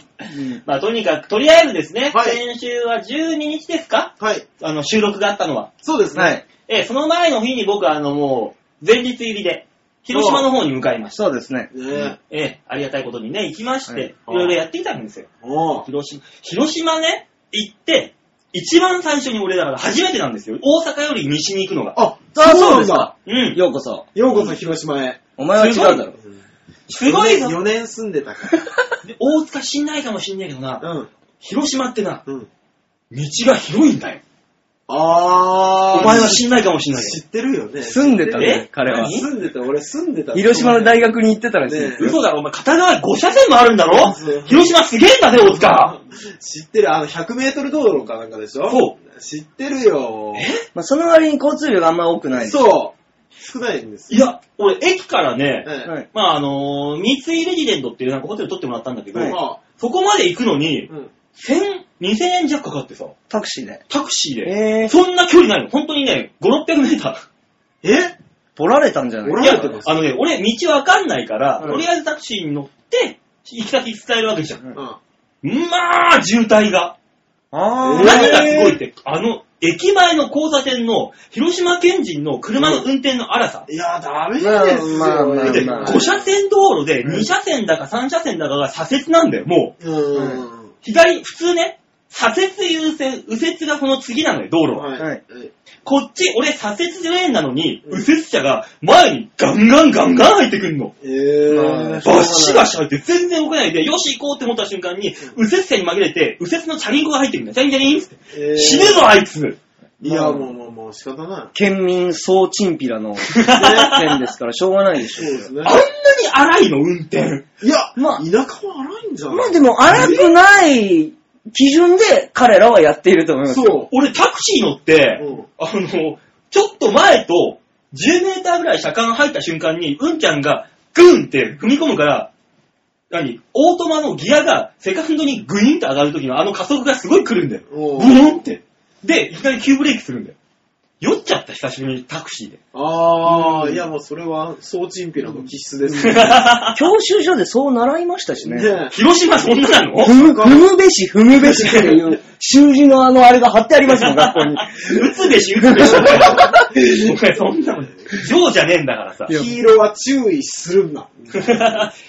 まあ、とにかく、とりあえずですね、
はい
先週は12日ですか
い。
あの、収録があったのは。
そうですね。
はい。
えーその前の日に僕は、あの、もう、前日入りで、広島の方に向かいました。
そうですね。
ね
えーありがたいことにね、行きまして、
はい
いろいろやってきたんですよ。
おう
広島、広島ね、行って、一番最初に俺だから初めてなんですよ。大阪より西に行くのが。
あ、
あそう
なん
です
だ
か。
うん。
ようこそ。
ようこそ広島へ。
お前は違うだろ。
すごいぞ
4年住んでたか
で大塚死んないかもしんないけどな、
ら。うん。
広島ってな、
うん。
道が広いんだよ。
あー。
お前は死んないかもしんないけ
知ってるよね。
住んでた
え
ね、彼は
何。
住んでた、俺住んでた。
広島の大学に行ってたらしいです
ど。
よ。
嘘だろ、お前片側5車線もあるんだろ
そう
広島すげえんだね、大塚。
知ってる、あの、100メートル道路かなんかでしょ。
そう
知ってるよ。
まあ、その割に交通量があんま多くない。
そう。少ないんです
いや、俺駅からね、
よ。
はい。
まああのー、三井レジデントっていうなんかホテル取ってもらったんだけど、
はい
まあ、
そこまで行くのに、
うん。
千、2000円弱かかってさ、
タクシーで。
タクシーで。
えー、
そんな距離ないの。本当にね、5、600メーター。
え
取られたんじゃない
取
い
ら
や
れてま、す
あのね、俺道わかんないから、
うん
とりあえずタクシーに乗って、行き先伝えるわけじゃん。
うん
うん。
まあ、渋滞が。
あ
えー
何がすごいって、あの、駅前の交差点の、広島県人の車の運転の荒さ。
いや、ダメですよ。
まあまあまあ
だって
まあ
5車線道路で2車線だか3車線だかが左折なんだよ、もう。
うん。
左、普通ね、左折優先、右折がその次なのよ、道路は。
はい。
は
はいい。
こっち、俺左折レーンなのに、
うん
右折車が前にガンガンガンガン入ってくんの。
え
バ
ー。
ッシバシ入って全然動かないで、よし行こうって思った瞬間に、右折車に紛れて、右折のチャリンコが入ってくるんだよ。チャリンチャリンっつって。
えー
死ぬぞ、あいつ
いや、もうもうもう仕方ない。
県民総チンピラ の県ですから、しょうがないでし
そう
ょ。
ですね
あんなに荒いの、運転。
いや、
まあ
田舎は荒いんじゃない
まあでも、荒くない基準で彼らはやっていると思いますよ。
そう。
俺、タクシー乗って、
うん
あの、ちょっと前と、10メーターぐらい車間入った瞬間に、うんちゃんが、グンって踏み込むから、何オートマのギアが、セカンドにグインと上がる時のあの加速がすごい来るんだよ。
お
ブ
う
ーンって。で、いきなり急ブレーキするんだよ。酔っちゃった、久しぶりにタクシーで。
ああ、いやもうそれは、総チンピラの気質ですね。
教習所でそう習いましたしね。
ね
広島そんななの
踏む、踏むべし、踏むべしっていう、習字のあの、あれが貼ってありますもん、学校に。
打つべし、打つべし。 お前そんなの、上じゃねえんだからさ。
黄色は注意するな。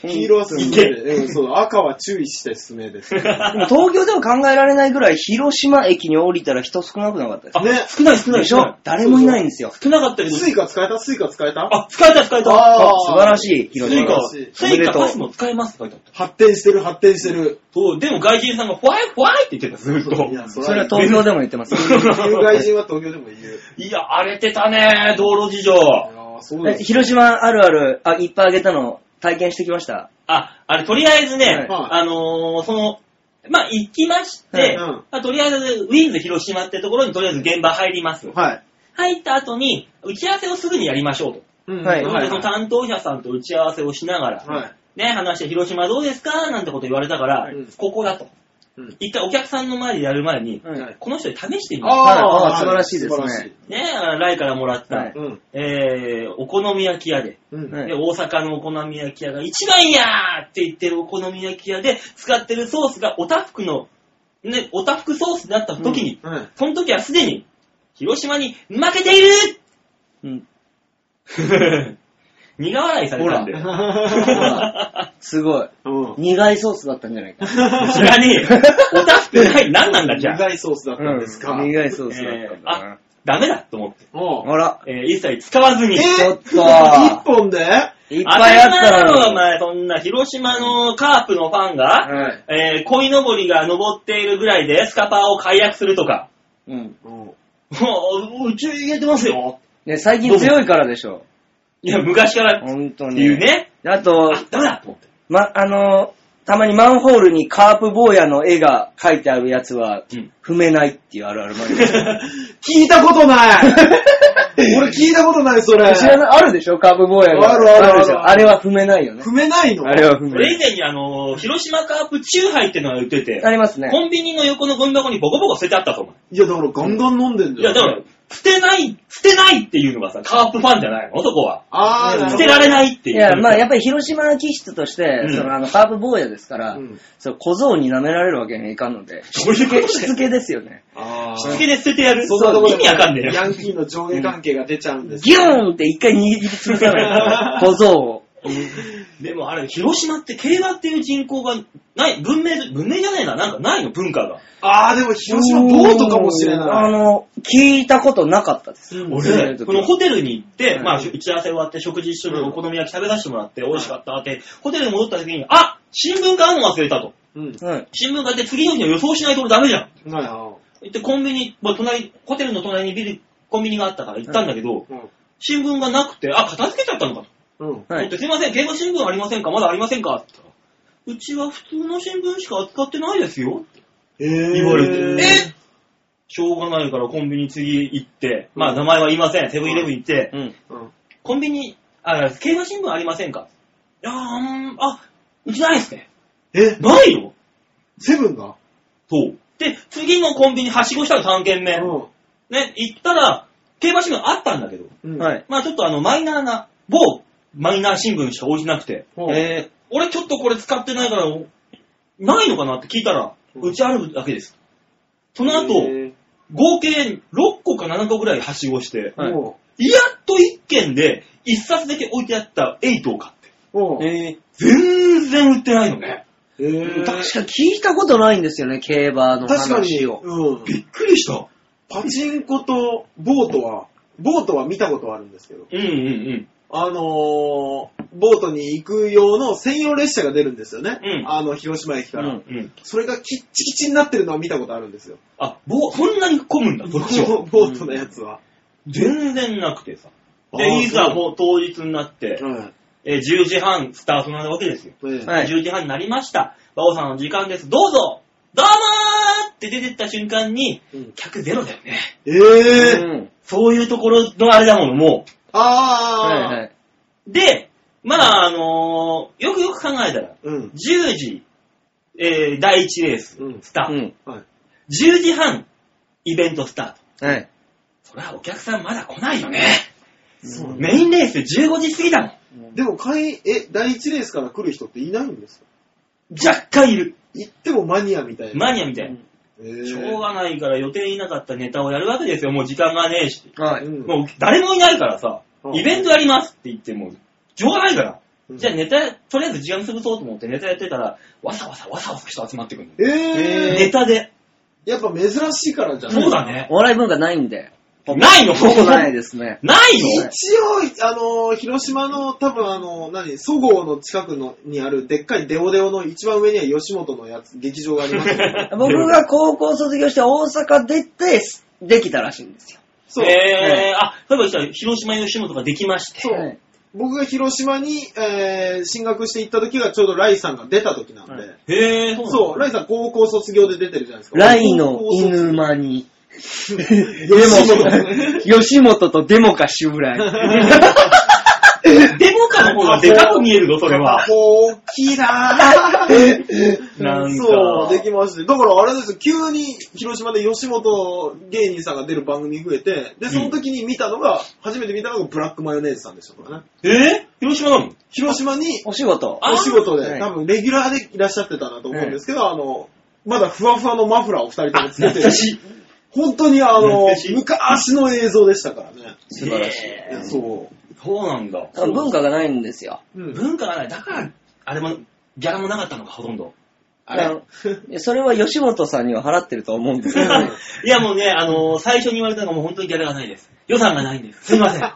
黄色はす
い
め
け
で、うん、そう、赤は注意してすめです。ね、
でも東京では考えられないぐらい、広島駅に降りたら人少なくなかったで す。
あ少ない少ない
でしょ誰もいないんですよ。
少なかったけど、
スイカ使えたスイカ使えた
あ、使えた使えた。
あー
素晴らしい、広
スイ
島。
カ、
素晴らしい
スイカパスも使えますって書いてあった。
発展してる、発展してる。
そう、でも外人さんがホワイホワイって言ってた、ずっと。
いや、そ
それ
れは、
は東京でも言ってます。
有外人は東京でも言う。
いや、荒れてたね、道路事情。
あーそう
え
です。
広島あるある、あ、いっぱいあげたの体験してきました。
あ、あれ、とりあえずね、
はい
あのー、その、まあ、行きまして、
はい
うん
まあとりあえず、ウィンズ広島ってところにとりあえず現場入ります。
はい。
入った後に、打ち合わせをすぐにやりましょうと。
うん
はい
その担当者さんと打ち合わせをしながら、
はい
ね、話して、広島どうですかなんてこと言われたから、
はい
ここだと。
うん
一回お客さんの前でやる前に、
うん
はい
この人に試してみま
あ
はい
素晴らしいですね
素晴らしい
す。ね、ライからもらった、
はい
うん。
えー、お好み焼き屋で、
うん。
はい
で大阪のお好み焼き屋が一番やーって言ってるお好み焼き屋で使ってるソースがおたふくの、ね、おたふくソースだった時に、
うん。
その時はすでに、広島に負けてい
うん。
る苦笑いされたんだよ。
すごい。
うん。
苦いソースだったんじゃないか。
知らねえよ。おたふくない。何なんだ、じゃあ。
苦いソースだったんですか。
うん苦いソースだったんだな。
ダメだと思って。
おう
あら、
えー一切使わずに。
ちょっと
一本ではい
っぱいあっ
当たり前だ
た
ろお
のに。
前、そんな広島のカープのファンが、
い。
えー、鯉のぼりが登っているぐらいでスカパーを解約するとか。
うん。
うん
もう、うち入れてますよ。
ね、最近強いからでしょ。
いや、昔からっ
本当
て
に。
いうね。
あと、
あ、ダメだと思って。
ま、あの、たまにマンホールにカープ坊やの絵が書いてあるやつは
うん、
踏めないっていうあるあるもあり ます
聞いたことない 俺聞いたことない、それ。
知らないあるでしょカープ坊やの。
あるあるある
でしょあれは踏めないよね
踏。めないの
あれは踏
そ
めな
れ以
い。
前にあのー、広島カープチューハイってのが売ってて、
ありますね。
コンビニの横のゴミ箱にボコボコ捨ててあったと思う。
いや、だからガンガン飲んでん
い
じゃ
や、
ん。
だから、捨てない、捨てないっていうのがさ、カープファンじゃないのそこは。
あー、な
捨
るほ
て
ど
られないってい。
いうや、まあやっぱり広島の気質として、
うん
そのあの、カープ坊やですから、
うん
そう、小僧に舐められるわけにはいかんので、
そういうこと
しつけですよね。
あー
しつけで捨ててやる。
そんなところ
意味わかんねえ
ヤ
よ。
ンキーの上下関係が出ちゃうんです
ギューンって一回握りつぶさないと、小僧を。
でもあれ、広島って競馬っていう人口がない、文明、文明じゃねえな、なんかないの、文化が。
あー、でも広島ボートかもしれ
あ
ない。
の、聞いたことなかったです。
うん
そうい
俺、
う時
このホテルに行って、
うん
まあ、打ち合わせ終わって食事一緒にお好み焼き食べさせてもらって、美味しかったって、ホテルに戻った時に、あ新聞買うの忘れたと。
うん。
うん。
新聞買って次の日の予想しないと俺ダメじゃん。
ないな。
行ってコンビニ、まあ、隣、ホテルの隣にビル、コンビニがあったから行ったんだけど、
うん
新聞がなくて、あ、片付けちゃったのかと。
うん。
は
ちょっ
い。
とすいません、競馬新聞ありませんかまだありませんかって言ったらうちは普通の新聞しか扱ってないですよって
えー
言われて、
え
しょうがないからコンビニ次行って、
うん
まあ名前は言いません、セブンイレブン行って、
うん。
うん
コンビニ、あ、競馬新聞ありませんかいやー、うんあ、うちないっすね。
え
ないよ
セブンが
そう。で、次のコンビニはしごしたの3軒目。
う
ね、行ったら、競馬新聞あったんだけど、
ん。。
はいい。
まあちょっとあの、マイナーな、某マイナー新聞しか応じなくて、
ほう
えー俺ちょっとこれ使ってないから、ないのかなって聞いたら、
うん
うちあるだけです。その後、
え
合計6個か7個ぐらいはしごして、
ーも
やっと1軒で1冊だけ置いてあった8を買って、
う、もう、
え
全然売ってないのね。
えー
確か聞いたことないんですよね、競馬の
確かに、
話を。
うん。
びっくりした。
パチンコとボートは、ボートは見たことあるんですけど、
うんうんうん。
あのー、ボートに行く用の専用列車が出るんですよね。
うん
あの、広島駅から。
うん
うん。
それがキッチキチになってるのは見たことあるんですよ。
あ、ぼ、そんなに混むんだ、そっちは。
ボートのやつは。
全然なくてさ。
あー
で、いざもう当日になって、
うん。
えー10時半スタートなわけですよ。
うん
はい
10時半になりました。馬王さんの時間です。どうぞどうもーって出てった瞬間に、
うん
客ゼロだよね。
え
う
ぇ、ー、
ん。
そういうところのあれだもの、も
あー、
はいはい。
う。で、まあ、あのーよくよく考えたら、
うん。
10時、えー第1レース
うん、
スタート。
うん。
はい。
10時半、イベントスタート。
はい。
そりゃお客さんまだ来ないよね。
そうね。
メインレース15時過ぎだもん。
でも、会員、え、第一レースから来る人っていないんですか
若干いる。
行ってもマニアみたいな。
マニアみたいな。
えー
しょうがないから予定になかったネタをやるわけですよ。もう時間がねえし。
は
う
い。
ん
もう誰もいないからさ
う、ん
イベントやりますって言っても、しょうがないから。
うん
じゃあネタ、とりあえず時間潰そうと思ってネタやってたら、わさわさわさわさ人集まってくるの。
えー、
え
ネタで。
やっぱ珍しいからじゃない
そうだね。
お笑い文化ないんで。
ないの
ほぼないですね。
ないの
一応、あのー、広島の多分あのー、何、そごうの近くのにあるでっかいデオデオの一番上には吉本のやつ、劇場があります よね
僕が高校卒業して大阪出て、できたらしいんですよ。
そう。
えー、あ、そういえばさ広島吉本ができまして。
そう
はい
僕が広島に、えー進学して行った時がちょうどライさんが出た時なんで、
はい
へえ、そう
そう、ライさん高校卒業で出てるじゃないですか。
ライの
高校卒
犬間に。で
吉本
も、吉本とデモかしぐらい。
なの。デモの他の方がでかく見えるぞ、それは。
も う大きいなぁ。
なんか
そう、できまして。だからあれですよ、急に広島で吉本芸人さんが出る番組増えて、で、その時に見たのが、初めて見たのがブラックマヨネーズさんでしたからね。
えー、広島なの
広島に
お仕事。
あ
お仕事で、
はい
多分レギュラーでいらっしゃってたなと思うんですけど、あの、まだふわふわのマフラーを二人ともつけ て、
し
本当にあ
懐
の
かしい、
昔の映像でしたからね。
素晴らしい
えー
そ
そうなんだ。
文化がないんですよ。
う。うん
文化がない。だから、あれも、ギャラもなかったのか、ほとんど。
あれ
だからいやそれは吉本さんには払ってると思うんですけど、
いや、もうね、あのー最初に言われたのがもう本当にギャラがないです。予算がないんです。すいません。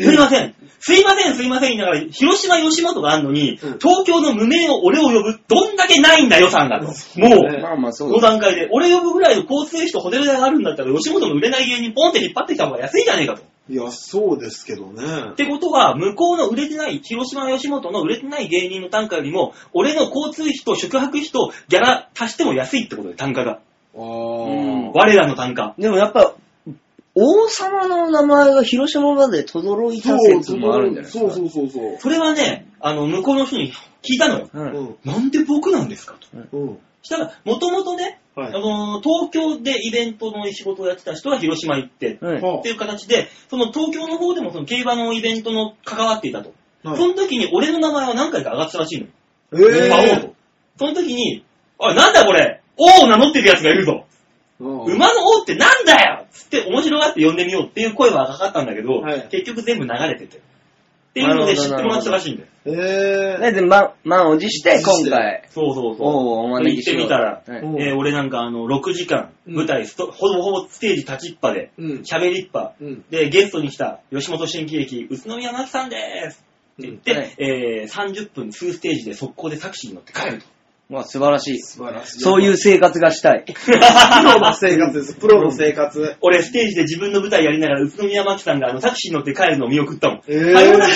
すいません。すいません、すいません。言いながら、広島、吉本があるのに、
うん
東京の無名を俺を呼ぶ、どんだけないんだ、予算がと。も
ね
う、
まあまあそう
この
です。
段階で、俺呼ぶぐらいの交通費とホテル代があるんだったら、吉本の売れない芸人ポンって引っ張ってきた方が安いじゃねえかと。
いや、そうですけどね。
ってことは、向こうの売れてない、広島吉本の売れてない芸人の単価よりも、俺の交通費と宿泊費とギャラ足しても安いってことで、単価が。
あ
う
ー。
ん
我らの単価。
でもやっぱ、王様の名前が広島まで轟いた説もあるんじゃないですか。
そうそうそうそう。
それはね、あの、向こうの人に聞いたのよ。
うん
うん。
なんで僕なんですかと。
うん。
したら、もともとね、
は
あの東京でイベントの仕事をやってた人は広島行って、
はい
っていう形で、その東京の方でもその競馬のイベントの関わっていたと。
はい
その時に俺の名前は何回か上がってたらしいのよ。
え
馬王と。その時に、おい、なんだこれ王を名乗ってる奴がいるぞ
うん
馬の王ってなんだよつって面白がって呼んでみようっていう声はかかったんだけど、
はい
結局全部流れてて。っていうので知ってもらってたらしいんだよ。
えー。
ねで、ま、満を持して、今回、
そうそうそう。
王をお招きしよう
行ってみたら
はい
うん
えー俺なんかあの、6時間、
うん
舞台スト、ほぼほぼステージ立ちっぱで、
うん。
喋りっぱ、
うん。
で、ゲストに来た、吉本新喜劇、宇都宮真紀さんですって言って、
うんはい
えー30分2ステージで速攻でタクシーに乗って 帰ると。
まあ素晴らしい。
素晴らしい。
そういう生活がしたい。
プロの生活です。プロの生活。
俺、ステージで自分の舞台やりながら、宇都宮真紀さんがあのタクシーに乗って帰るのを見送ったもん。
えー
さようなら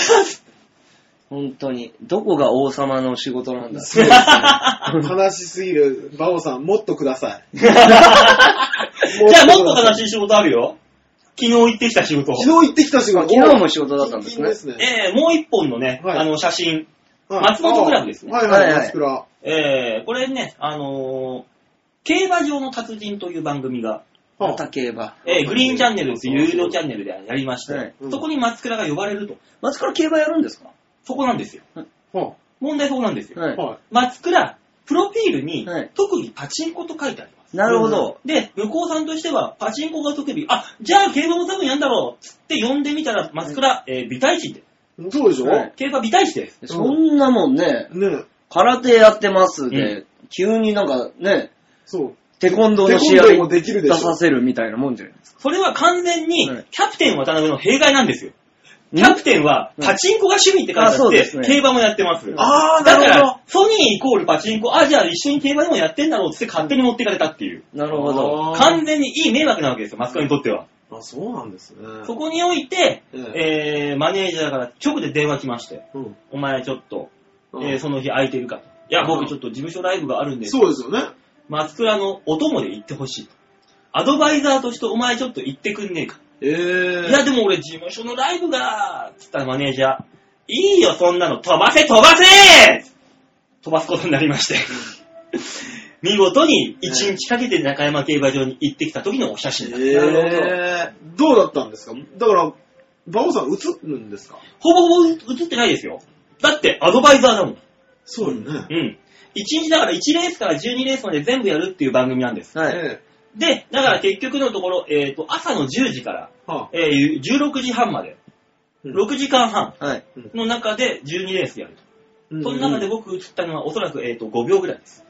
本当に。どこが王様の仕事なんだ
そうですね。悲しすぎる。馬王さん、もっとください。じ
じゃあ、もっと
悲
悲
し
し
い。
い仕事あるよ。昨日行ってきた仕事。
昨日行ってきた仕事。
昨日も仕事だったんですね
お近ね
えー、もう一本のね、
はい
あの、写真。
はい
松本クラブですね
あはいは
はい
い、
はい
松倉。
えー、これね、あのー競馬場の達人という番組が、
はあ
竹馬。
えーグリーンチャンネルっていう有料チャンネルでやりまして、
はい
うん
そこに松倉が呼ばれると。
松倉競馬やるんですか
そこなんですよ。
は
問題そこなんですよ。
あ
はい。
は
松倉、プロフィールに、
はい
特技パチンコと書いてあります。
なるほど。
で、向こうさんとしては、パチンコが特技、あ、じゃあ競馬も多分やんだろう、つって呼んでみたら、松倉、えー美大師で、
い。そうでしょ
はい
ね
競馬美大師です。
そんなもんね、空手やってますで、急になんかね、
そう。
テコンドーの試
テコンドー
合
もできるで
出
しょ
させるみたいなもんじゃないですか。
それは完全に
はい、
キャプテン渡辺の弊害なんですよ。
ん
キャプテンは、パチンコが趣味って書い
あそう
てあ
で
っ
す
て、
ね
競馬もやってます。
あー
だか
なるほ
ら、ソニーイコールパチンコ、あ、じゃあ一緒に競馬でもやってんだろうっつって勝手に持っていかれたっていう。
なるほど。
あー
完全にいい迷惑なわけですよ、マスコミにとっては。
あ、そうなんですね。
そこにおいて、
うん
えーマネージャーから直で電話来まして、
うん
お前ちょっと、
うん
えーその日空いてるかと。いや、
う
僕
ん
ちょっと事務所ライブがあるんで、
そうですよね。
松倉のお供で行ってほしいと。アドバイザーとしてお前ちょっと行ってくんねえか。
えー。
いや、でも俺事務所のライブが、つったらマネージャー、いいよそんなの飛ばせ飛ばせ飛ばすことになりまして。 見事に1日かけて中山競馬場に行ってきた時のお写真だ、
なるほど
えー、どうだったんですかだから、馬王さん映るんですか
ほぼほぼ映ってないですよ。だってアドバイザーだもん。
そうよね。
うん。1日だから1レースから12レースまで全部やるっていう番組なんです。
はい。
え
で、だから結局のところ、えっ、と、朝の10時から、
ーはあ
えー16時半まで、
うん
6時間半
はい。
の中で12レースやると。
うん
その中で僕映ったのはおそらく、えー、と5秒ぐらいです。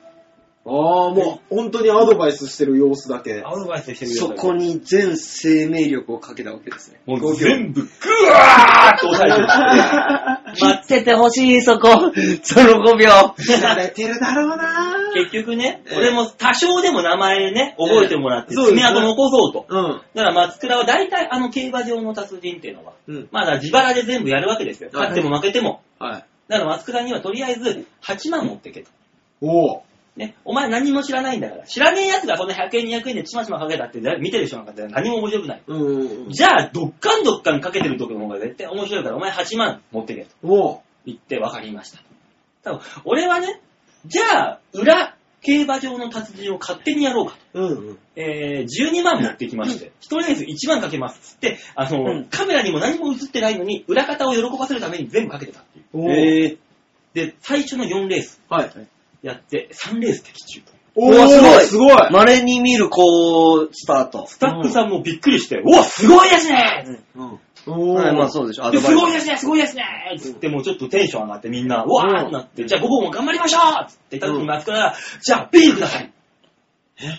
ああ、もう本当にアドバイスしてる様子だけ。
アドバイスしてる
そこに全生命力をかけたわけですね。
もう全部グワーッと押さ えてる
切
まあ
っててほしい、そこ。 その5秒。
知られてるだろう な
結局ね、
ええ
俺も多少でも名前ね、覚えてもらって、
ええそうです
爪
ね
痕残そうと。
うん。
だから松倉は大体あの競馬場の達人っていうのは、
うん。
まあだから自腹で全部やるわけですよ。
はい
勝っても負けても。
はい。
だから松倉にはとりあえず8万持ってけと。
おお。
ね、お前何も知らないんだから。知らねえ奴がそんな100円200円でちまちまかけたって見てる人なんかって何も面白くない。
うんうんうん。
じゃあ、ドッカンドッカンかけてる時の方が絶対面白いから、お前8万持ってけと
お
言って分かりました。多分俺はね、じゃあ、裏競馬場の達人を勝手にやろうかと。
う。うんうん。
えー、12万持ってきまして、一、レース1万かけますっつって、あの、
うん
カメラにも何も映ってないのに、裏方を喜ばせるために全部かけてたっていう。
おー
え
で、最初の4レース
はい。
やって、3レース的中。
お
うわすごい
すごい
ー、稀に見る、こう、スタート。
スタッフさんもびっくりして、おおすごいですね
うん。お
はい、まあ
う。
そうでしょ。ア
で
ドバ
す
イ
ごい
ザ
ですねすごいですねつって、もうちょっとテンション上がってみんな、うわーってなって、じゃあ午後も頑張りましょうつって言った時に松倉が、じゃあビールくださいえ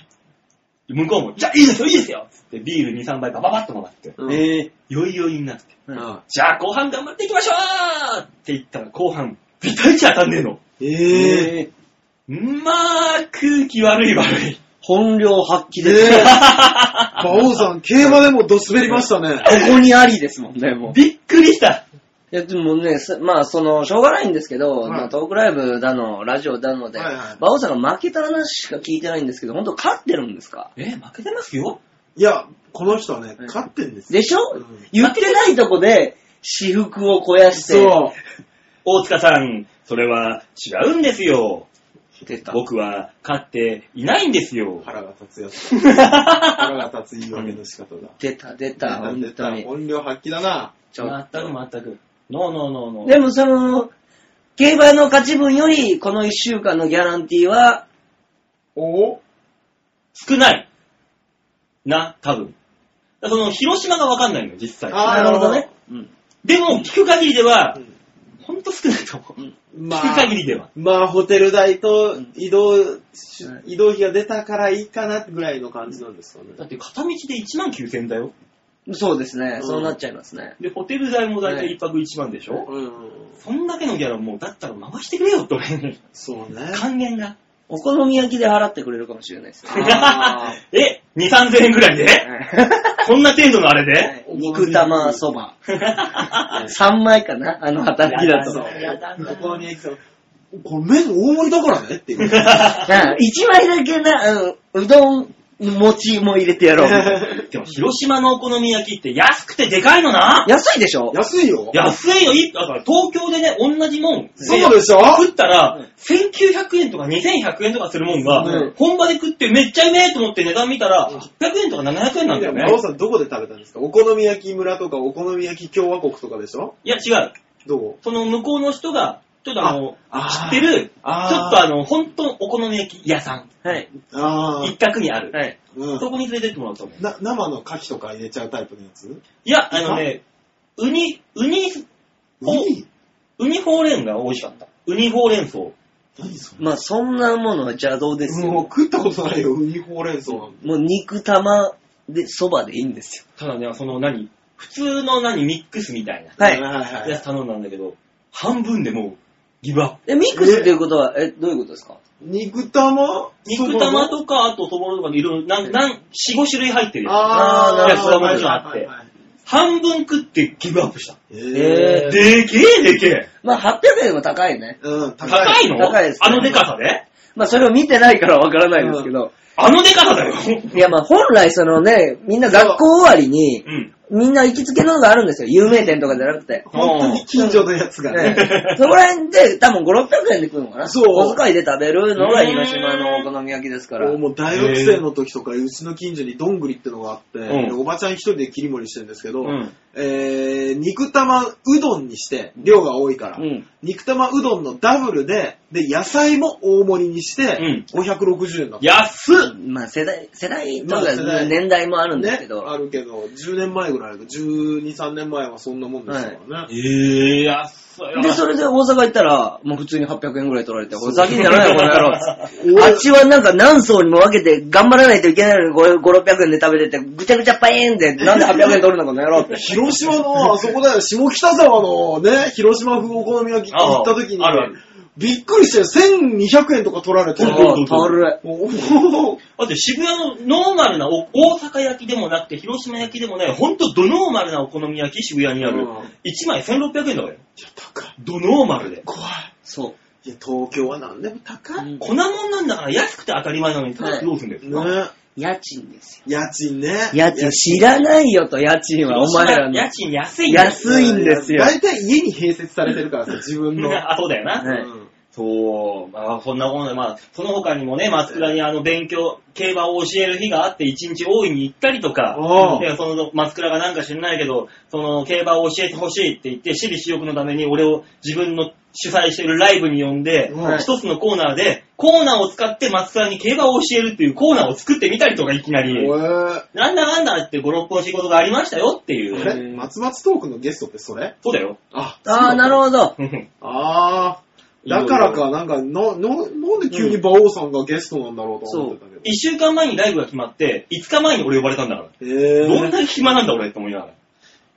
向こうも、じゃあいいですよいいですよつってビール2、3杯バババッともらって、
ー。
うん
え
酔い酔いになって。
うん
じゃあ後半頑張っていきましょうって言ったら後半、ビタイチ当たんねえの。
ー、
ええ。
えー、
まあ、空気悪い悪 い。
本領発揮
え
ですよ。
ー、馬王さん、競馬でもドスベりましたね。
ここにありですもんね、もう。
びっくりした。
いや、でもね、すまあ、その、しょうがないんですけど、
はい
まあ、トークライブだの、ラジオだので、
はいはい
馬王さんが負けた話しか聞いてないんですけど、本当勝ってるんですか
え、負けてますよ
いや、この人はね、
うん
勝ってんですよ。
でしょ、
うん
言ってないとこで、私服を肥やして、
そう。
大塚さん、それは違うんですよ。
出た。
僕は勝っていないんですよ。
腹が立つやつ。腹が立つ言い訳の仕方 だ。
出た、出た、
なん
本
で
当
だ
に。
音量発揮だな。
ちょ
ま
っ
ったく
と。
まったく。ノーノーノーノー。
でも、その、競馬の勝ち分より、この一週間のギャランティーは、
おお
少ない。な、多分。だからその、広島がわかんないのよ、実際。
あー
なるほどね。うん。
でも、聞く限りでは
う、ん
ほんと少ないと思う。
ま
聞く
あ、
限りでは。
まあ、ホテル代と移動し、
うん
移動費が出たからいいかなぐらいの感じなんですかね。
だって、片道で1万9000だよ。
そうですね、
うん
そうなっちゃいますね。
で、ホテル代も大
は
体
い
1泊1万でしょ、
うん。
そんだけのギャラもう、だったら回してくれよって俺に
そうね。
還元が。
お好み焼きで払ってくれるかもしれないですね。
あ
え、2、3000円ぐらい でこんな程度のあれで
肉玉そば。3枚 かなあの働きだと。
そう
やだな
ここに、これ麺大盛りだからねっていう。
1枚だけな、あのうどん、餅も入れてやろ う。
でも、広島のお好み焼きって安くてでかいのな
安いでしょ
安いよ。
安いよ、いいだから東京でね、同じもん。
そうでしょ
食ったら、1900円とか2100円とかするもんが、
うん
本場で食ってめっちゃうめえと思って値段見たら、
うん
800円とか700円なんだよね
馬。王さんどこで食べたんですかお好み焼き村とかお好み焼き共和国とかでしょ
いや、違う。
どこ
その向こうの人が、ちょっとあの、
あ
知
あー
ってる、ちょ
あ
っ
ー
とあの、本当お好み焼き屋さん、
はい。
あ
一角にある。
はい。
あ、うん
そこに連れてってもらうと思う。
な生の牡蠣とか入れちゃうタイプのやつ
いや、あのね、ウニ、ウニ、お
何
ウニほうれんが美味しかった。ウニほうれん草。
何それ
まあそんなものは邪道ですよ。
もう食ったことないよ、ウニほうれん草なんて
もう肉玉で、そばでいいんですよ。
ただね、その何普通の何ミックスみたいな
はい
はいはい
やつ頼んだんだけど、半分でもうギブアップ。
え、ミックスっていうことは、え、どういうことですか
肉玉
肉玉とか、あとそぼろとかいろいろ、なん、なん、4、5種類入ってるやつ
あ
あー
あ、
い
やそれももちろんあって
はいはいはい
半分食ってギブアップした。
え
え
でけえでけえ。
まあ800円は高いね。
ー、うん、
高
高い。
いの
高いですね
あのデカさで
まあそれを見てないからわからないですけど。
あのデカさ だよ。
いやまあ本来そのね、みんな学校終わりに、
うん。
みんな行きつけのがあるんですよ。有名店とかじゃなくて。
本当に近所のやつが
ね
ね。
そこら辺で多分5、600円で食うのかな。
そう
お小遣いで食べるのが広島のお好み焼きですから。
もう大学生の時とか、うちの近所にどんぐりってのがあって、
ん
でおばちゃん一人で切り盛りしてるんですけど、
うん
えー、肉玉うどんにして、量が多いから、
うん
肉玉うどんのダブルで、で、野菜も大盛りにして、560円だった。
安っ
まあ世代、世代と
まあ世
か
代
年代もあるんですけ
ね
ど。、
あるけど、10年前ぐらい、12、3年前はそんなもんですからね。
ええ、安い。
で、それで大阪行ったら、もう普通に800円ぐらい取られて、これ詐欺じゃないよ、この野 郎っつって。あっちはなんか何層にも分けて頑張らないといけないのに5、5 600円で食べてて、ぐちゃぐちゃパイーンで、なんで800円取るのこの 野郎って。
広島の、あそこだよ、下北沢のね、広島風お好み焼きって行った時に、
ああるある
びっくりして、1200円とか取られて、
うんうんうん
ある
おお
だって渋谷のノーマルなお大阪焼きでもなくて広島焼きでもない、ほんとドノーマルなお好み焼き渋谷にある。
うん
1枚1600円だからよ。
高い。
ドノーマルで。
怖い。
そう。
いや、東京は何でも高い。ね
粉もんなんだから安くて当たり前なのに高くてどうするんですか、
家賃ですよ。
家賃ね。
家賃知らないよと、家賃は。お前らの。
家賃安いんだ
安いんですよ。
大体家に併設されてるからさ、自分 の。
あ、そうだよな。
はい
うん
そう、まあ、そんなもので、まあ、その他にもね、松倉にあの、勉強、競馬を教える日があって、一日大いに行ったりとか
お、う
でその、松倉がなんか知らないけど、その、競馬を教えてほしいって言って、私利私欲のために俺を自分の主催しているライブに呼んで、
はい
一つのコーナーで、コーナーを使って松倉に競馬を教えるっていうコーナーを作ってみたりとか、いきなり。
おえ
なんだかんだって5、6本仕事がありましたよってい
あ
う。
れ松松トークのゲストってそれ
そうだよ。
あ、
ああ、なるほど。
あー。だからか、なんか、の、の、なんで急に馬王さんがゲストなんだろうと思ってたけど。
1週間前にライブが決まって、5日前に俺呼ばれたんだから。
え
どん
ー、
だけ暇なんだ俺って思いながら。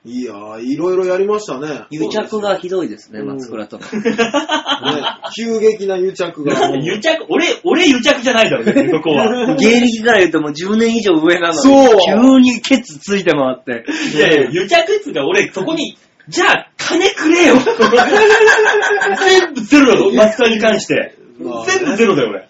いやー、いろいろやりましたね。
癒着がひどいですね、
うん
松倉との。
ね急激な癒着が。
なんで癒着、俺、俺癒着じゃないだろ、別にそこ は。
芸歴から言うともう10年以上上なのに、
そう
急にケツついて回って。
いやいや、癒着っつうか、俺、そこに、じゃあ、金くれよ。全部ゼロだぞ、松田に関して。
まあね
全部ゼロだよ、俺。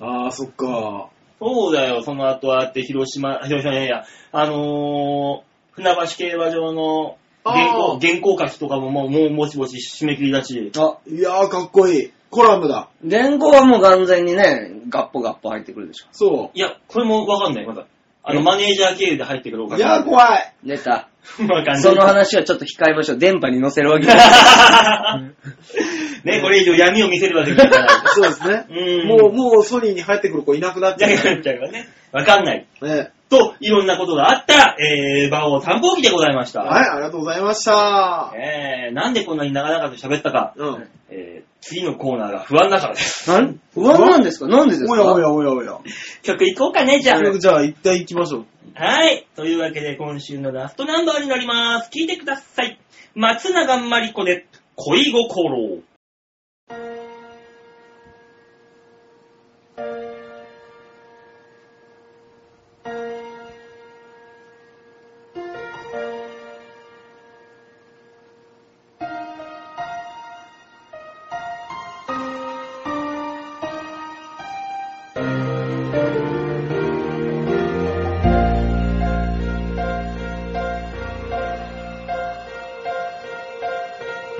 あー、そっか。
そうだよ、その後はあって、広島、広島ねえや、あのー、船橋競馬場の原
あ
稿、
ー
原稿書きとかももう、もう、もちもち締め切りだし。
あ、
いやー、かっこいい。コラムだ。
原稿はもう完全にね、ガッポガッポ入ってくるでしょ。
そ
いや、これもわかんない、まだ。あの、マネージャー経由で入ってくるお
う。
か
いやー、怖い。
出た。
わかんない。
その話はちょっと控えましょう。電波に載せるわけじゃない。
ね、これ以上闇を見せるわけにはいかない。
そうですね。
うん
もう、もうソニーに入ってくる子いなくなっち
じゃ
ゃ
な
う。
くなっちゃうからね。わかんない。
ね、
と、いろんなことがあった、えー、馬王散歩記でございました。
はい、ありがとうございました。
えー、なんでこんなに長々と喋ったか、
うん。
えー、次のコーナーが不安だからです。
なん不安なんですかなんでですか
おやおやおやおや。
曲いこうかね、じゃあ。
じゃあ、一旦行きましょう。
はい。というわけで、今週のラストナンバーになります。聞いてください。松永まり子で、恋心。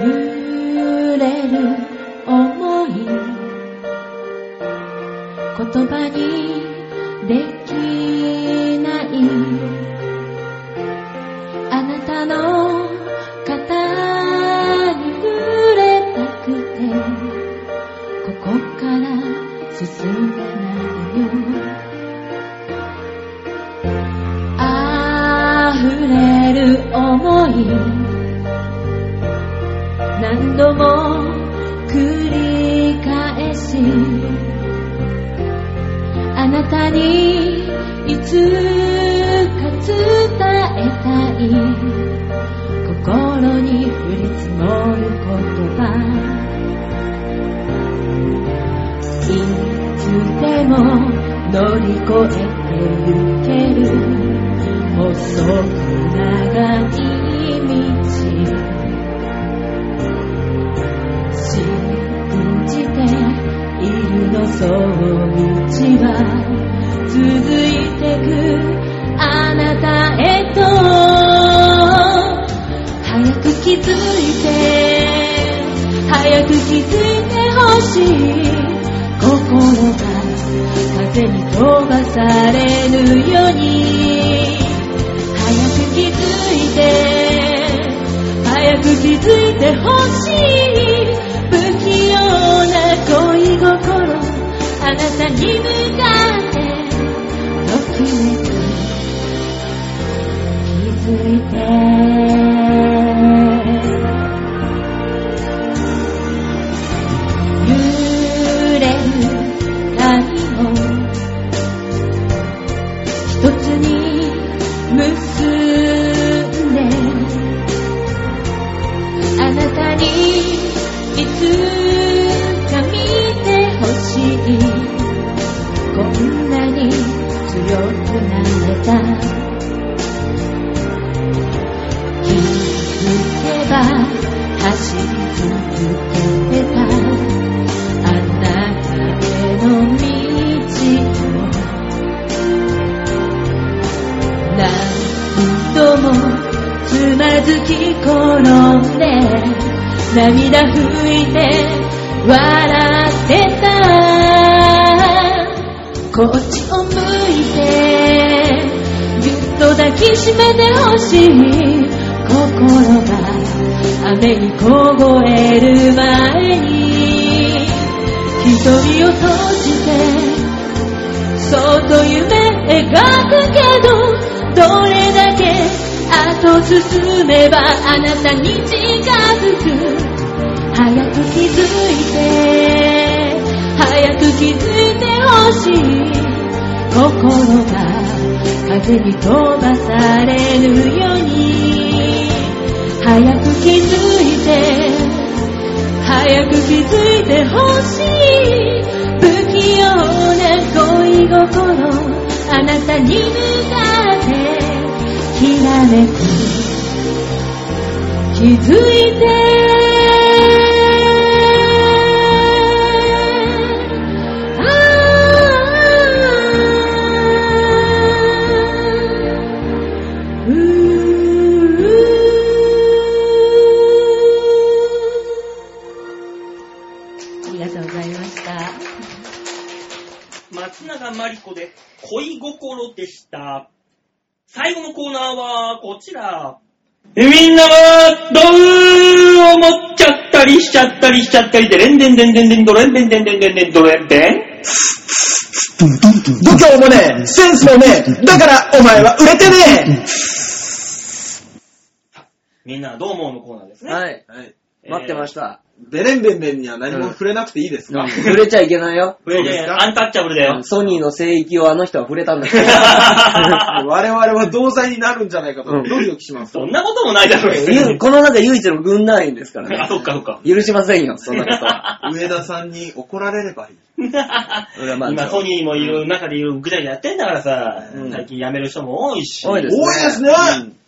揺れる思い言葉にできないあなたの肩に触れたくてここから進めないよ溢れる思い何度も繰り返しあなたにいつか伝えたい心に降り積もる言葉いつでも乗り越えてゆける細く長い道信じているのそう道は続いてくあなたへと早く気づいて早く気づいてほしい心が風に飛ばされぬように早く気づいて早く気づいてほしい不器用な恋心あなたに向かってときめく気づいて揺れる何も一つに結んであなたにいつか見てほしいこんなに強くなれた気づけば走り続けてたずき転んで涙拭いて笑ってたこっちを向いてぎゅっと抱きしめてほしい心が雨に凍える前に瞳を閉じてそっと夢描くけどどれだけ後進めばあなたに近づく早く気づいて早く気づいてほしい心が風に飛ばされるように早く気づいて早く気づいてほしい不器用な恋心あなたに向かってきらめく気づいてああうありがとうございました。
松永まり子で恋心でした。最後のコーナーはこちら。みんなは、どう思っちゃったりしちゃったりしちゃったりで、レンデンデンデンデンドレンデンデンデンデンデンドレンデン。
度胸もねえ、センスもねえ、だからお前は売れてね
みんなはどう思うのコーナーですね。
はい。
い。
えー
待ってました。
ベレンベンベンには何も触れなくていいですか、
触れちゃいけないよ。
これ
そうです
で、
か
アンタッチャ ブルだよ。
ソニーの聖域をあの人は触れたんだけど。
我々は同罪になるんじゃないかとドキドキします。
そんなこともないだろう
ゆ
よ。
この中唯一の軍団員ですから
あ、
ね。
そっかそっか。
許しませんよ、そんなこと は。
上田さんに怒られればいい。
俺はまあ
今、ソニーもいる中でいるぐちゃぐちゃやってんだからさ、
うん
最近辞める人も多いし。
多いですね
多いですね、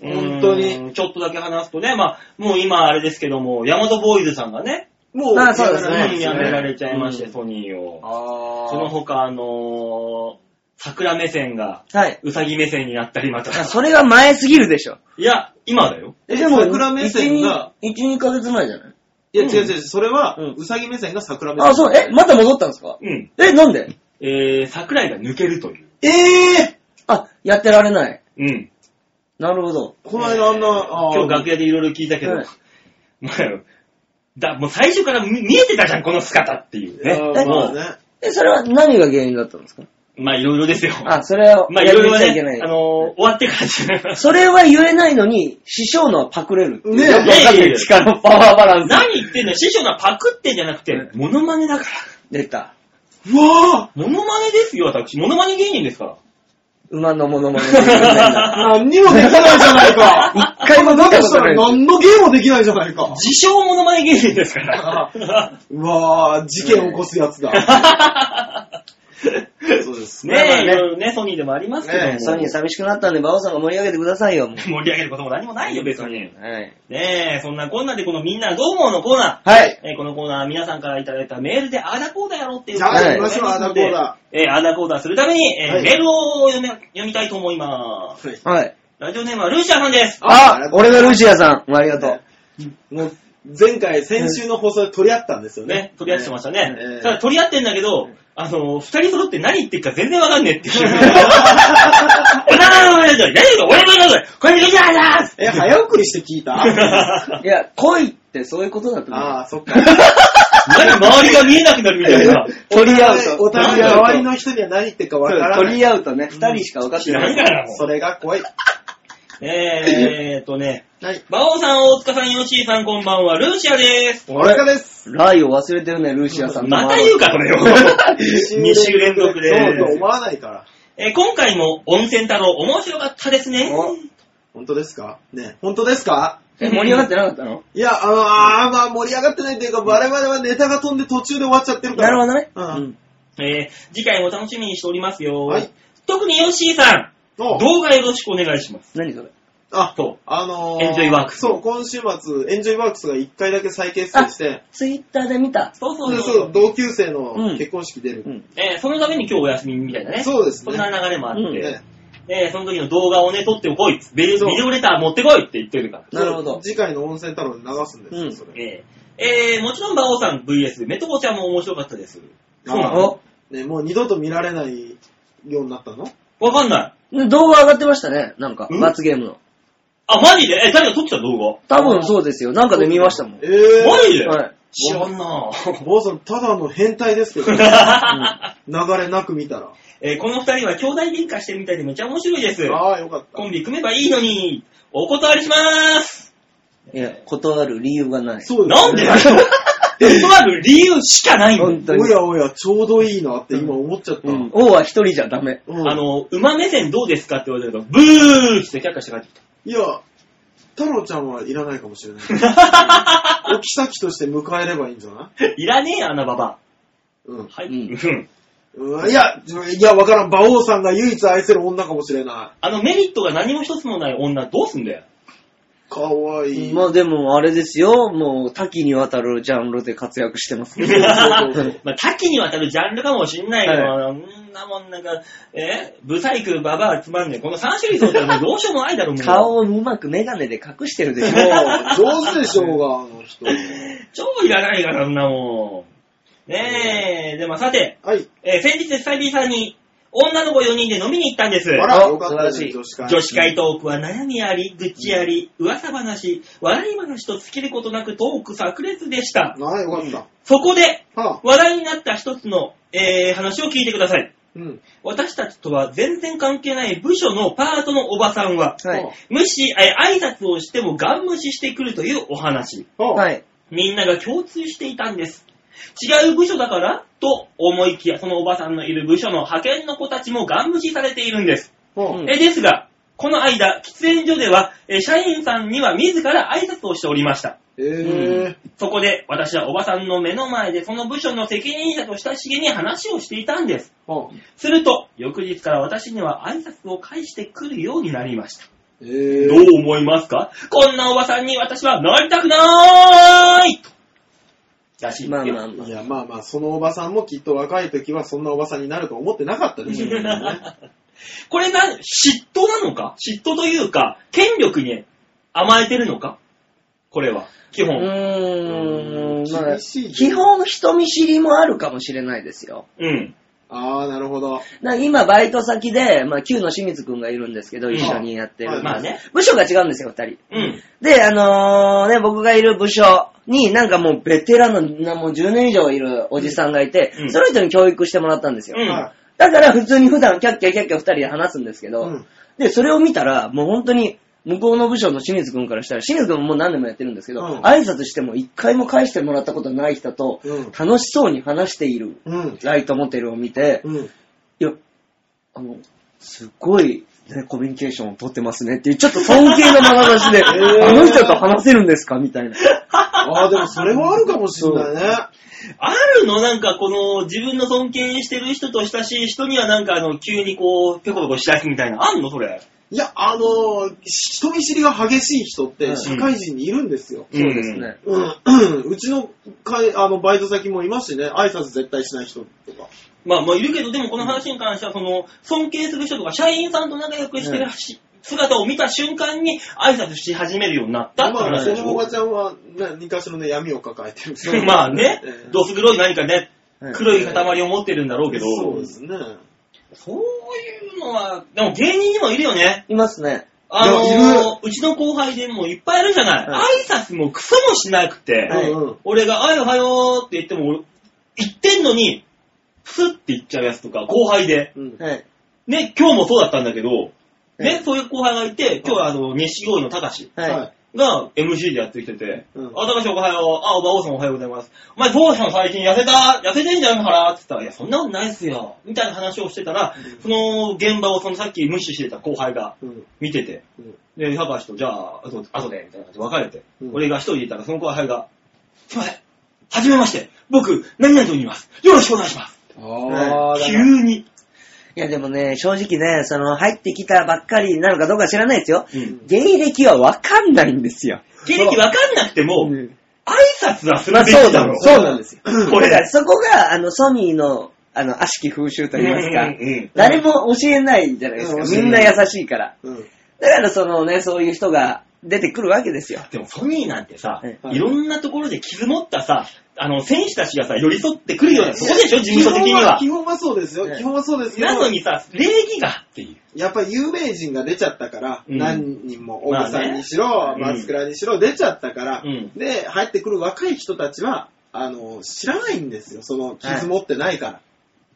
本当
う
に。
ん。ちょっとだけ話すとね、まあ、もう今あれですけども、ヤマトボーイズさんがね、
もう、
あそうですね
うん辞められちゃいまして、
うん
ソニーを。
あー
その他、あのー、桜目線が、
はい。
うさぎ目線になったりまた。
それは前すぎるでしょ。
いや、今だよ。
え、でも、桜目線が、
1、2ヶ月前じゃない
いや、違う違う、それは
うん、
うさぎ目線が桜目線。
あ、そう、え、また戻ったんですか
うん。
え、なんで
えー、桜井が抜けるという。
ええ
あ、やってられない。
うん。
なるほど。
ー、この間あんな、あー
今日楽屋でいろいろ聞いたけど、
はい
まあだもう最初から見見えてたじゃん、この姿っていうね。
あーま
も
あ
う
ね。
え、それは何が原因だったんですか
まあいろいろですよ。
あ、それは、
まあいろいろ
やめちゃいけ
ね
な、い
あ。のー、終わってからじゃない
それは言えないのに、師匠のはパクれるっていう。
ねえ
よくわかん
いやいや
ない
や
い力のパワーバランス。
何言ってんの師匠がパクってんじゃなくて、モノマネだから。
出た。
うわ
モノマネですよ、私。モノマネ芸人ですから。
馬のモノマネ。
ぁ何にもできないじゃないか
一回も
だ
見た
と
こ
した
とな
ら
い
何の芸もできないじゃないか。
自称モノマネ芸人です から。
うわぁ、事件を起こすやつだ。 そうです
ね
まあまあ
え、
ね
いろいろね、ソニーでもありますけども。
ねえ
ソニー寂しくなったんで、馬王さんが盛り上げてくださいよ、もう
盛り上げることも何もないよ、別に。
はい。
ねえ、そんなこんなでこのみんなどう思うのコーナ
はい。
ー。えーこのコーナーは皆さんからいただいたメールでアーダコーダやろうっていう
じゃあ
やり
ましょう
はい
アーダコーダ
えーアーダコーダするために、えー
はい
メールを読み読みたいと思います。
はい。
ラジオネームはルーシャさんです。
あ、俺がルシアさん。ありがとう。
もう、前回、先週の放送で取り合ったんですよね。
ね、取り合ってましたね。
ええ
ただ取り合ってんだけど、あのー、二人揃って何言ってるか全然わかんねえっていう。 なあ、何言うか、俺も言うか、これでいいじゃん
え、早送りして聞いた
ない
や、恋ってそういうことだと思う。
ああ、そっか。
んか周りが見えなくなるみたい な。
取り合うと。
お互い、周りの人には何言ってるかわから
取
ない。
り合うとね、二人しか分かって
知ら
なんい。
からな、も
それが怖い。
う。えーっとね、
はい。
馬王さん、大塚さん、ヨッシーさん、こんばんは、ルーシアです。
俺がです。
ライを忘れてるね、ルーシアさんの。
また言うか、それ を。2週連続で。
そうと思わないから。
えー今回も温泉太郎、面白かったですね。
お
本当ですかね本当ですか
え、盛り上がってなかったの
いや、あの、あーまあ盛り上がってないというか、我々はネタが飛んで途中で終わっちゃってるか
なる
ら。
ほどね。
うん。
えー次回も楽しみにしておりますよ。
はい
特にヨッシーさん、
お
動画よろしくお願いします。
何それ
あ、
そう。
あのー、
エンジョイワークス
そう、今週末、エンジョイワークスが1回だけ再結成して、
ツイッターで見た。
そうそう
で
そ
そう
う。
同級生の
うん
結婚式出る。
うん
えーそのために今日お休みみたいなね。
そうです
そん
ね。
な流れもあって。
うん
ね
えーその時の動画をね、撮ってこい。ビデ
そう
ビデオレター持ってこいって言ってるから。
なるほど
次回の温泉太郎で流すんですよ、
うん
それ。
えーえーもちろん、馬王さん VS、メトコちゃんも面白かったです。そうなの
お
ね、もう二度と見られないようになったの
わかんない。
で動画上がってましたね、なんか、
うん
罰ゲームの。
あ、マジでえ、誰が撮ってた動画
多分そうですよ。なんかで見ましたもん。
えー、
マジで、
はい
知らんなぁ。
坊さん、ただの変態ですけ ど、流れなく見たら。
えーこの二人は兄弟喧嘩してるみたいでめちゃ面白いです。
ああ、よかった
コ。ンビ組めばいいのに、お断りしまーす
いや、断る理由がない。
そうです、ね。
なんでだ よ断る理由しかないの
本当に
おやおや、ちょうどいいなって今思っちゃった。
うん。王は一人じゃダメ。
うん
あの、馬目線どうですかって言われたら、ブーって却下して帰ってきた。
いや、太郎ちゃんはいらないかもしれ ない。お妃として迎えればいいんじゃない
いらねえよ、あんなババ
うん
ア。はい。
う
うんん。
うん。いや、いや、わからん。馬王さんが唯一愛せる女かもしれな
あのメリットが何も一つもない女どうすんだよ。
い。かわいい。
まあでも、あれですよ、もう多岐にわたるジャンルで活躍してます ね。
そうそうそう
まあ、多岐にわたるジャンルかもしんないけど、
は
んなもんなんか、えブサイク、ババア、つまんねえ。この3種類取ったらもうどうしようもないだろ、もう。
顔をうまくメガネで隠してるでしょ。
もう上手でしょうが、あの人。
超いらないから、そんなもん。ねえ、で、まあ、さて、
はい。
えー先日、サイビーさんに、女の子4人で飲みに行ったんです。
あら、よかったで
素
す、
晴らしい
女子会。
女子会トークは悩みあり、愚痴あり、噂話、笑い話と尽きることなくトーク炸裂でした。
なあ、よかった。
そこで、
はあ、
話題になった一つの、えー話を聞いてください。
うん。
私たちとは全然関係ない部署のパートのおばさんは、
はい。
無視、えー挨拶をしてもガン無視してくるというお話。
はあ、。
はいい。
みんなが共通していたんです。違う部署だからと思いきや、そのおばさんのいる部署の派遣の子たちもガン無視されているんです。
はあ
うん
えですが、この間、喫煙所では、え社員さんには自ら挨拶をしておりました。
えー、
そこで、私はおばさんの目の前で、その部署の責任者と親しげに話をしていたんです。
はあ、
すると、翌日から私には挨拶を返してくるようになりました。
え
ど
ー、
う思いますかこんなおばさんに私はなりたくなーいとらしいで
ますあ
よ
まあま
いや、まあまあ、そのおばさんもきっと若い時はそんなおばさんになると思ってなかったでしょうけど ね。
これな、嫉妬なのか嫉妬というか、権力に甘えてるのかこれは、基
あ。
本。
うーん、まあ、
厳しいね
基本人見知りもあるかもしれないですよ。
うん。
ああ、なるほど。
な今、バイト先で、まあ、旧の清水くんがいるんですけど、
うん
一緒にやってる。
まあね。
部署が違うんですよ、二人。
うん。
で、あのーね、僕がいる部署に、なんかもうベテランの、なもう10年以上いるおじさんがいて、
うん
その人に教育してもらったんですよ。
うん
は
だから普通に普段キャッキャキャッキャ二人で話すんですけ
い。う
ど、
ん
で、それを見たら、もう本当に、向こうの部署の清水くんからしたら、清水くんももう何年もやってるんですけど、
うん
挨拶しても一回も返してもらったことない人と、
うん
楽しそうに話している
うん。
ライトモテルを見て、
うん。
いや、あの、すごい、ね、コミュニケーションを取ってますねっていう、ちょっと尊敬の眼差 しで、
ー
あの人と話せるんですかみたいな。
ああ、でもそれはあるかもしれないね。
あるのなんかこの、自分の尊敬してる人と親しい人にはなんかあの、急にこう、ペコペコしだすみたいな。あんのそれ。
いや、あのー人見知りが激しい人っ
う
て
ん
社会人にいるんですよ。
そうですね。
うん、うちの会あのバイト先もいますしね、挨拶絶対しない人とか。
まあまあいるけど、でもこの話に関しては、その、尊敬する人とか、社員さんと仲良くしてるし姿を見た瞬間に挨拶し始めるようになったって
まあ、
話
そ
でし
のおば
ょ。
ちゃんは何かしらの闇を抱えて る。
まあね
ええ、
どす黒い何かね、
はい
黒い塊を持ってるんだろうけど、
そうですね。
そういうのは、でも芸人にもいるよね。
いますね。
あ
いやい
のー、うちの後輩でもういっぱいいるじゃない。
は
挨拶もクソもしなくて、
はい
うんうん
俺が、あいおはようって言っても、俺言ってんのに、プスって言っちゃうやつとか、後輩で。
うん
はい。
ね、今日もそうだったんだけど、
え
ね、そういう後輩がいて、今日はあの、西郷の高志
はい。
が MC でやってきてて、
うん
あ、高志おはよう、あ、おばおさんおはようございます。お前どうしたの最近痩せた痩せてんじゃんからって言ったら、いや、そんなことないっすよ。みたいな話をしてたら、その現場をそのさっき無視してた後輩が
うん
見てて、
うん
で、高橋と、じゃあ、あと、あとで、みたいな感じで別れて、
うん
俺が一人でいたら、その後輩が、すいません、はじめまして、僕、何々と言います。よろしくお願いします。
ああ、だから
急に。
いやでもね、正直ね、その、入ってきたばっかりなのかどうか知らないですよ。
うん。
芸歴はわかんないんですよ。
経歴わかんなくても、
うん
挨拶はする
まあ
べき
そう
だ
だ
ろ。
そうなんですよ。
こ
こ
れ
れ
だ
だ、そこが、あの、ソニーの、あの、悪しき風習と言いますか
うんうんうん、
誰も教えないじゃないですか。
うん
みんな優しいから。
うん。
だからそのね、そういう人が出てくるわけですよ。
でもソニーなんてさ
はい、
はい
いろんなところで傷持ったさ、あの、選手たちがさ、寄り添ってくるようなとこでしょ、事務所的には
基。本はそうですよ。
ね
基本はそうですけど
な、のにさ、礼儀がっていう。
やっぱり有名人が出ちゃったから、
うん
何人も、オブさんにしろ、
まあね
マスクラにしろ、出ちゃったから、
うん
で、入ってくる若い人たちは、あの、知らないんですよ。その、傷持ってないから。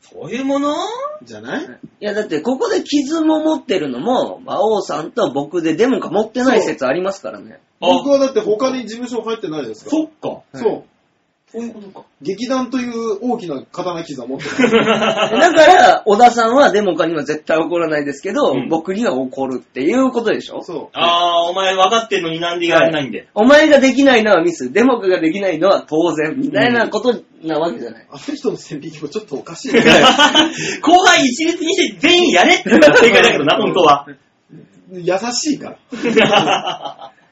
そういうもの
じゃない
いや、だってここで傷も持ってるのも、馬王さんと僕でデモか持ってない説ありますからね。
僕はだって他に事務所入ってないですから。
そっか。
う
そう。
そういうことか。
劇団という大きな刀傷は持ってない。
だから、小田さんはデモかには絶対怒らないですけど、
うん
僕には怒るっていうことでしょ
そう。
あー、お前分かってんのになんでやれないんで。
お前ができないのはミス、デモかができないのは当然、みたいなことなわけじゃない。
あの人の線引きもちょっとおかし い
後
ね。
輩一律にして全員やれっていうのが正解だけどな、本当 は。
優しいから。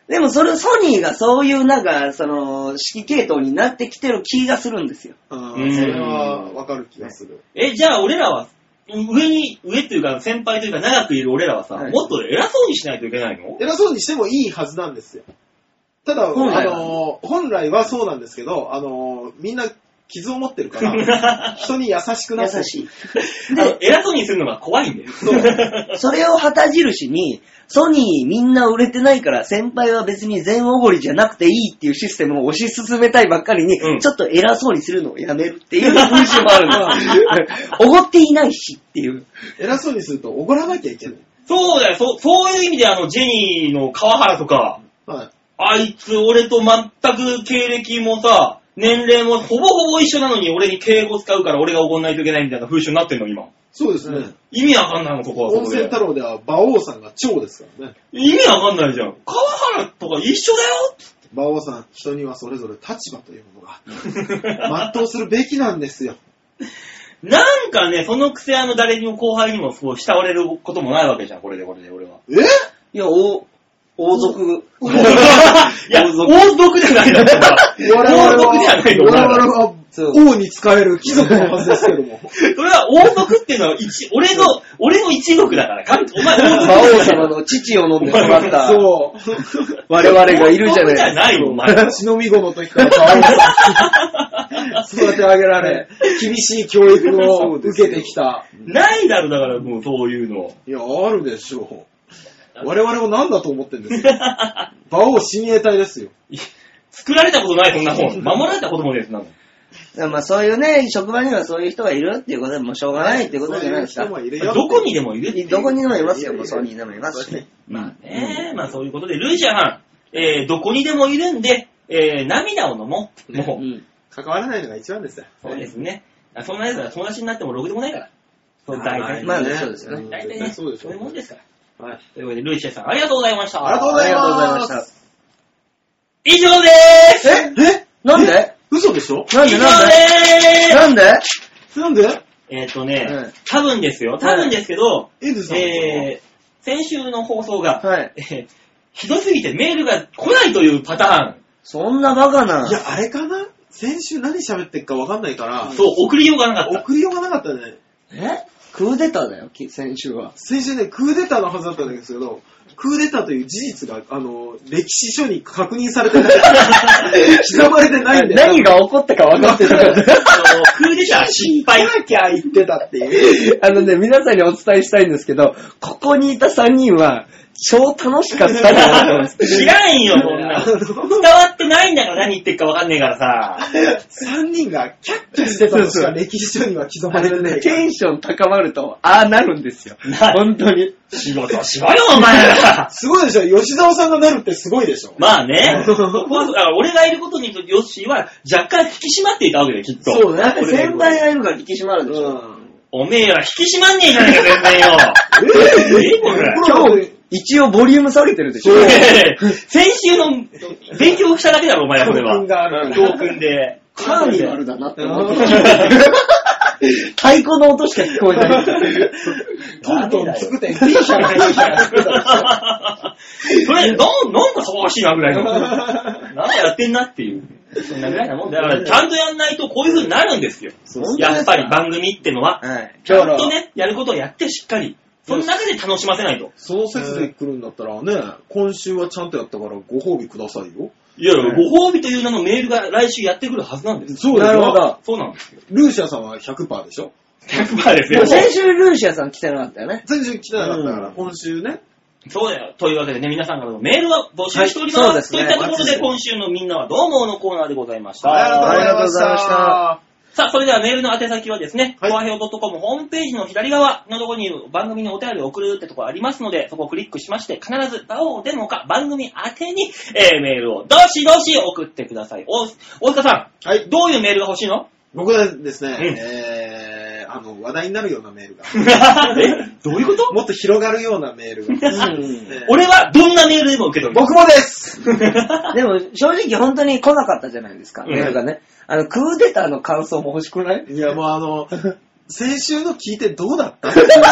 でもそれ、ソニーがそういうなんか、その、指揮系統になってきてる気がするんですよ。
あ
うん
ーそれはわかる気がする。
え、じゃあ俺らは、上に、上というか先輩というか長くいる俺らはさ、
はい
もっと偉そうにしないといけないの
偉そうにしてもいいはずなんですよ。ただ、
本
あ
来は
のー、本来はそうなんですけど、あのー、みんな傷を持ってる から、人に優しくなって。
優し い。
あの
で、
偉そうにするのが怖いんだよ。
それを旗印に、ソニーみんな売れてないから、先輩は別に全おごりじゃなくていいっていうシステムを推し進めたいばっかりに、
うん
ちょっと偉そうにするのをやめるっていう風習もあるんです。おごっていないしっていう。
偉そうにするとおごらなきゃいけない。
そうだよ、そう、そういう意味であの、ジェニーの川原とか、
はい。
あいつ俺と全く経歴もさ、年齢もほぼほぼ一緒なのに俺に敬語使うから俺が怒んないといけないみたいな風習になってんの、今。
そうですね。
意味わかんないもん、そこはそ
温
こ
泉
で
太。郎では馬王さんが蝶ですからね。
意味わかんないじゃん。川原とか一緒だよ
馬王さん、人にはそれぞれ立場というものが、 全うするべきなんですよ。
なんかね、そのくせあの誰にも後輩にもそう慕われることもないわけじゃん、これでこれで俺 は。
え
いや、お王族。
いや、王族じゃないだろ、それ
我々
は。王族じゃ
は
ない、よ、お前
我
は
々は
そう
王に仕える貴族のはずですけども。
それは王族っていうのは一、俺の、俺の一族だから、かんお前王
魔
族
王様の父を飲んでしまった
そう。
我々がいるじ
王
ゃ
族じゃ
ない。
ないよ、お前は。
忍び子の時から馬王さん育て上げら れ、厳しい教育を受けてきた。
ないだろ、だからもうそういうの。
いや、あるでしょう。我々を何だと思ってんですか馬王親衛隊ですよ。
作られたことない、そんなもん。守られたこともねえ、そんなもん。
まあそういうね、職場にはそういう人がいるっていうことでもうしょうがないっていうことじゃないですか。
そうう人もいるよ
どこにでもいるっていう
どこにでもいますよ、もうソニーでもいますし。
まあね、まあそういうことで、ルージャハン、えー、どこにでもいるんで、えー、涙を飲もう。もう
う、ん
関わらないのが一番ですよ。
そうですね。あそんな奴ら友達になってもろくでもないから。そう、大
は
体
い
ね。
まあねそうですよね
ん
大体
絶
ね、
対
そう
でしょ
いうもんですから。
はい。
ということで、ルイシェさん、ありがとうございました。
ありがとうご
あ
ざ
り
い
がとうござい
ま
まし
す
た。。
以上でーす
ええ
なんで
嘘でしょ
なん
以
で
上
なんで
でーす
なんで
なんで
えーっと
うん
ね、多分ですよ。多分ですけど、
エズさんは。
えー、先週の放送が、
はい。
えーひどすぎてメールが来ないというパタ
そんなバカない
や、あれかな先週何喋ってっかわかんないから
ーン。、そう、送りようがなかった。
送りようがなかったね。
えクーデターだよ、き先週は。
先週ね、クーデターのはずだったんですけど、クーデターという事実が、あの、歴史書に確認され てない。刻まれてないんだよ。
何が起こったか分かってなか
あ
った。
のクーデター失敗。
キャーキャー言ってたっていう。
あのね、皆さんにお伝えしたいんですけど、ここにいた3人は、超楽しかったと思って ます。
知らんよ、そんな。伝わってないんだから何言ってるかわかんねえからさ。
3人がキャッキャしてたのしか歴史書には刻ま
あ
れ
の
てない
ね
か
テ
ら。
ンション高まると、ああなるんですよ
な。
本当に。
仕事しろよ、お前ら。
すごいでしょ吉沢さんがなるってすごいでしょ
まあ ね。そこはだから俺がいることによってヨッシーは若干引き締まっていたわけだよ、きっと。
うね。だって先輩がいるから引き締まるでしょ。
ん。
おめえら引き締まんねえじゃねえか、全然よ。ええこれ
今日、一応ボリューム下げてるでしょ。
先週の勉強しただけだろ、お前ら、これ
教訓
は。
がある
教訓で。
カーニバルだなって思って。 太鼓の音しか聞こえ ない。
トントンつくて、いいじゃないいいじゃない
それ、なん、なんか騒がしいな、ぐらいの。なんかやってんなっていう。
そんなぐらいなもんだ
だ
よ。
から、ちゃんとやんないとこういう風になるんですよ。
そう
本当ですか
やっぱり番組ってのは。
はい。
ちゃんとね、やることをやってしっかり。その中で楽しませないと。
その説で来るんだったらね、今週はちゃんとやったからご褒美くださいよ。
いやいや、ご褒美という名のメールが来週やってくるはずなんです。
そうう
ですよ
なるほど。
そうなんですよ。
ルーシアさんは100%でしょ
100%です
でも
よ。
先週ルーシアさん来てなかったよね。
全然来てなかったから、
うん
今週ね。
そうだよ。というわけでね、皆さんからのメールは募集しております。
はいそうですね
といったところで、今週のみんなはどうものコーナーでございました。
はいありがとうございました
あ
さあ、それではメールの宛先はですね、
はい
コアヘオ .com ホームページの左側のところに番組にお便りを送るってところありますので、そこをクリックしまして、必ず、バオでもか番組宛てに、えーメールをどしどし送ってください。お大塚さ
りがとうございました。は
ん、
い。
どういうメールが欲しいの
僕はですね、
うん
えー、あの、話題になるようなメールが。
えどういうこと
もっと広がるようなメールが。ね
俺はどんなメールでも受け取る。
僕もです
でも正直本当に来なかったじゃないですか。
うん
メールがね。あの、クーデターの感想も欲しくない
いや、もう あの、先週の聞いてどうだったっていうのが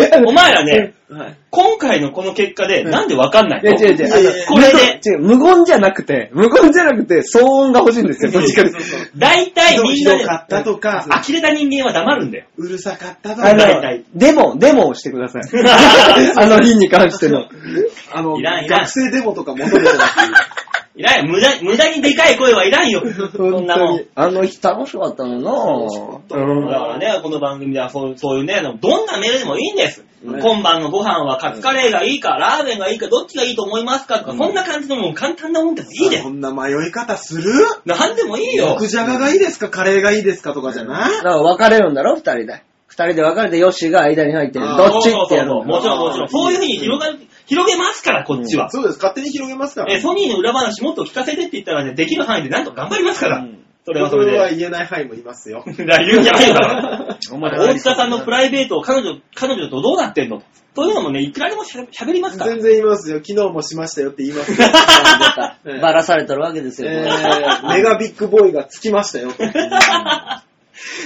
一番
お前らね、
はい
今回のこの結果でなんでわかんない
い
の
や違う違う。あ
い
の
やいや
これで。
違う、無言じゃなくて、無言じゃなくて、騒音が欲しい んですよ、どっちかです。
大
ひ
体
ど
み
ひ
んな
ど
で、
かったとか、
呆れた人間は黙るんだよ。
うるさかったとか、
あの、デモ、デモをしてください。 あの日に関しての。
あの、
いらんいらん
学生デモとか求めてたっていう。
いらんよ。無駄、無駄にでかい声はいらん よ。そん
本
なも
当
ん
に。。あの日楽しかったのな
だからね、この番組ではそうそういうね、あのどんなメールでもいいんです。
うん
今晩のご飯はカツカレーがいいか、ラーメンがいいか、どっちがいいと思いますかとか、そんな感じのもう簡単なもん です。いいで
こ
す。
んな迷い方する
なんでもいいよ。
肉じゃががいいですかカレーがいいですかとかじゃな
だから別れるんだろ、二人で。二人で別れて、ヨッシーが間に入ってる。
あー
どっちってやる
そうそうそう
の
もちろんもちろん。そういうふうに広がる、広げますから、こっちは。
そうです。勝手に広げますから。
え、ソニーの裏話もっと聞かせてって言ったらね、できる範囲でなんとか頑張りますから。それはそれ
こ
で。
は言えない範囲もいます よ。
だから言うんじゃないよだ から。
お前
大塚さんのプライベートを彼女、彼女とどうなってんのと。そういうのもね、いくらでもしゃべりますから。
全然言いますよ。昨日もしましたよって言いますよ。ええ
バラされてるわけです
え
よ。
ー、メガビッグボーイがつきましたよ。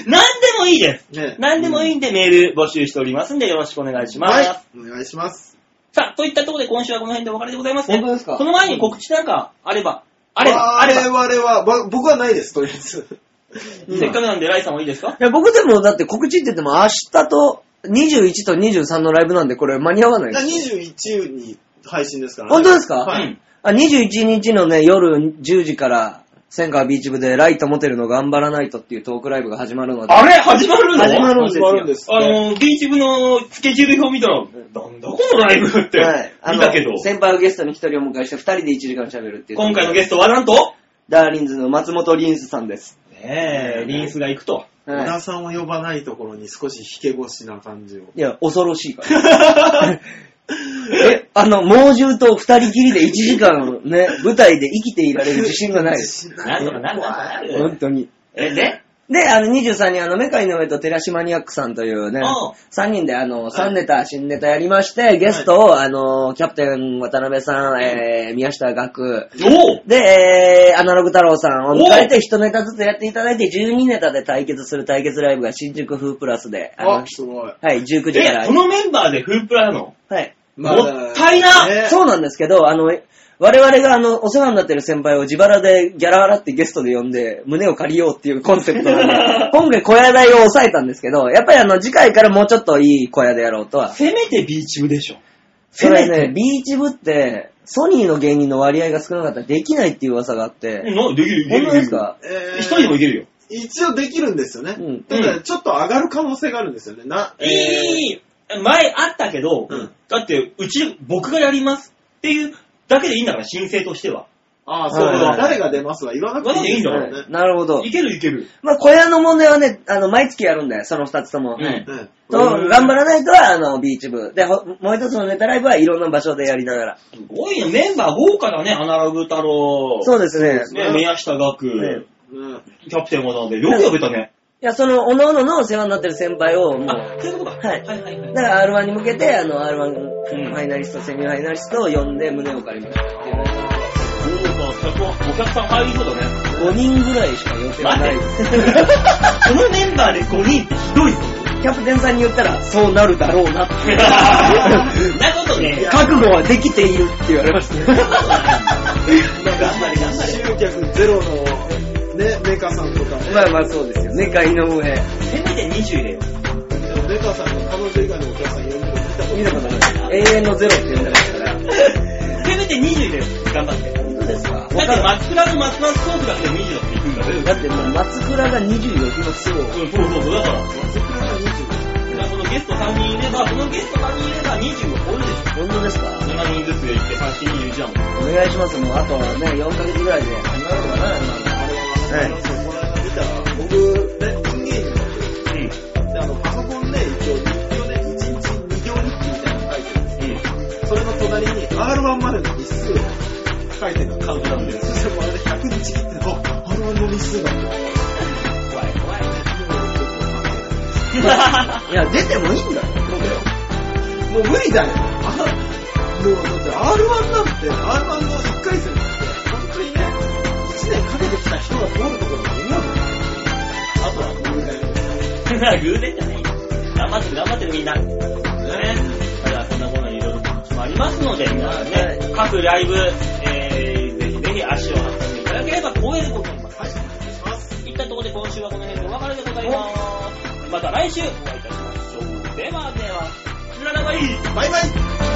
何でもいいです。
ね
何でもいいんでメール募集しておりますんでよろしくお願いします。
はい。お願いします。
さあ、といったところで今週はこの辺でお別れでございますね。
本当ですか
その前に告知なんかあれば、あれば、あれ
我
ば、
々は、わ僕はないです、とりあえず。
せっかくなんでライさんはいいですか
いや、僕でもだって告知って言っても明日と21と23のライブなんでこれ間に合わないです。
21に配信ですからね。
本当ですか、
はい
うん
あ ?21 日のね、夜10時から、千川ビーチ部でライトモテルの頑張らないとっていうトークライブが始まるので。
あれ始まるの
始まるんで
始
すよ
まるんです
あ
って。
のー、ビーチ部のスケジュール表見たら、なんだこのライブって、
はい。あ
見
の
たけど、
先輩をゲストに一人お迎えして二人で1時間喋るっていう。
今回のゲストはなんと、
ダーリンズの松本リンスさんです。
ねえ、リンスが行くと。
小
は
田さんを呼ばないところに少し引け腰な感じを。
い。いや、恐ろしいから。え、あの、猛獣と二人きりで1時間ね、舞台で生きていられる自信がないです。
なんとかなんとかな
本
る。
当に。
え、で
で、あの、23にあの、メカイの上とテラシマニアックさんというね
おう、
3人であの、3ネタ、新ネタやりまして、ゲストを、あの、キャプテン渡辺さん、えー、宮下岳、
おう
で、えー、アナログ太郎さんを迎えて、1ネタずつやっていただいて、12ネタで対決する対決ライブが新宿風プラスで、あ
あ
の、、
すごい。
はい、19時から
え、こ、のメンバーでフープラなの
はい。
もったいな
ね
そうなんですけど、あの、我々があの、お世話になってる先輩を自腹でギャラ払ってゲストで呼んで、胸を借りようっていうコンセプト なんで、今回小屋代を抑えたんですけど、やっぱりあの、次回からもうちょっといい小屋でやろうとは。
せめてビーチ部でしょ。
それね、ビーチ部って、ソニーの芸人の割合が少なかったらできないっていう噂があっ
う
て、
んなできる、
本当です
できる
か
えー
一人でもいけるよ。
一応できるんですよね。
うん
ただ、ちょっと上がる可能性があるんですよね。な、えー
いい、前あったけど、
うん
だって、うち、僕がやりますっていうだけでいいんだから、申請としては。
ああ、そう
はいはいは
だ。
い
誰が出ますは言わなくていい
言
んですよ
わなく
ね。
なるほど
い。けるいける。
まあ、小屋の問題はね、あの、毎月やるんだよ、その二つとも。
うん
うん
と、頑張らないとは、あの、ビーチ部。で、ほもう一つのネタライブはいろんな場所でやりながら。
すごいね、メンバー豪華だね、アナログ太郎。
そうですね。
ね、宮下岳、
ね
うん
キャプテン渡辺、よく呼べたね。
いや、その、おのののお世話になってる先輩を、もう、
あ、そういうことか。
はい
はいはいはい。
だから R1 に向けて、あの、
うん
R1 ファイナリスト、セミファイナリストを呼んで胸を借りましたっていうね。
豪華客はお客さん入りそうだね。
5人ぐらいしか予定はないです。
このメンバーで5人ってひどいぞ。
キャプテンさんに言ったら、そうなるだろうなってい う。
なことね。
覚悟はできているって言われました。
頑張れ頑張れ。
集客ゼロの、ね、メカさんとかね、
まあまあそうですよね、会の上。
せめて20入れよう。
メカさんの彼女以外のお客さん呼んでも見たこと
見たことない。永遠のゼロって言うんだから。
せめて20入れよう。頑張って。本当ですかだって松倉の松松トークだって20だっていくんだよ。
だってもう松倉が26のす
うんそうそうそう、だから。だからそのゲスト3人いれば、そのゲスト3人いれば20を超えるでし
本当ですか
ょ。7人ずつで行って3して21だもん。
お願いします。もうあとね、4ヶ月ぐらいで始まるのかな、
ない。
は
そうこの間見たら、僕、ね、インゲージの
うん。
で、あの、パソコンね、一応日記をね、1日2行日記みたいなの書いてるんです
うん。
よそれの隣に R1 までの日数を書いてる
カウントダウンで
そしてまるで100日切って、あ、R1 の日数だ。
怖い怖い。
い。いや、出てもいいんだよ。
もう無理だよ。あもうだって R1 なんて、R1 の1回戦なんて、本当にね、1年かけてきた人が通るところだと思うの。あとは無理だよ。
偶然じゃないよ。頑張って頑張ってるみんな。ね。じゃあそんなこんなにいろいろ告知もありますので、皆さんね、各ライブ、えー、ぜひぜひ足を運んでいただければ光栄でございます。はい、いったところで今週はこの辺でお別れでございます。また来週お会いいたしましょう。ではでは、ララバイ
バイバイ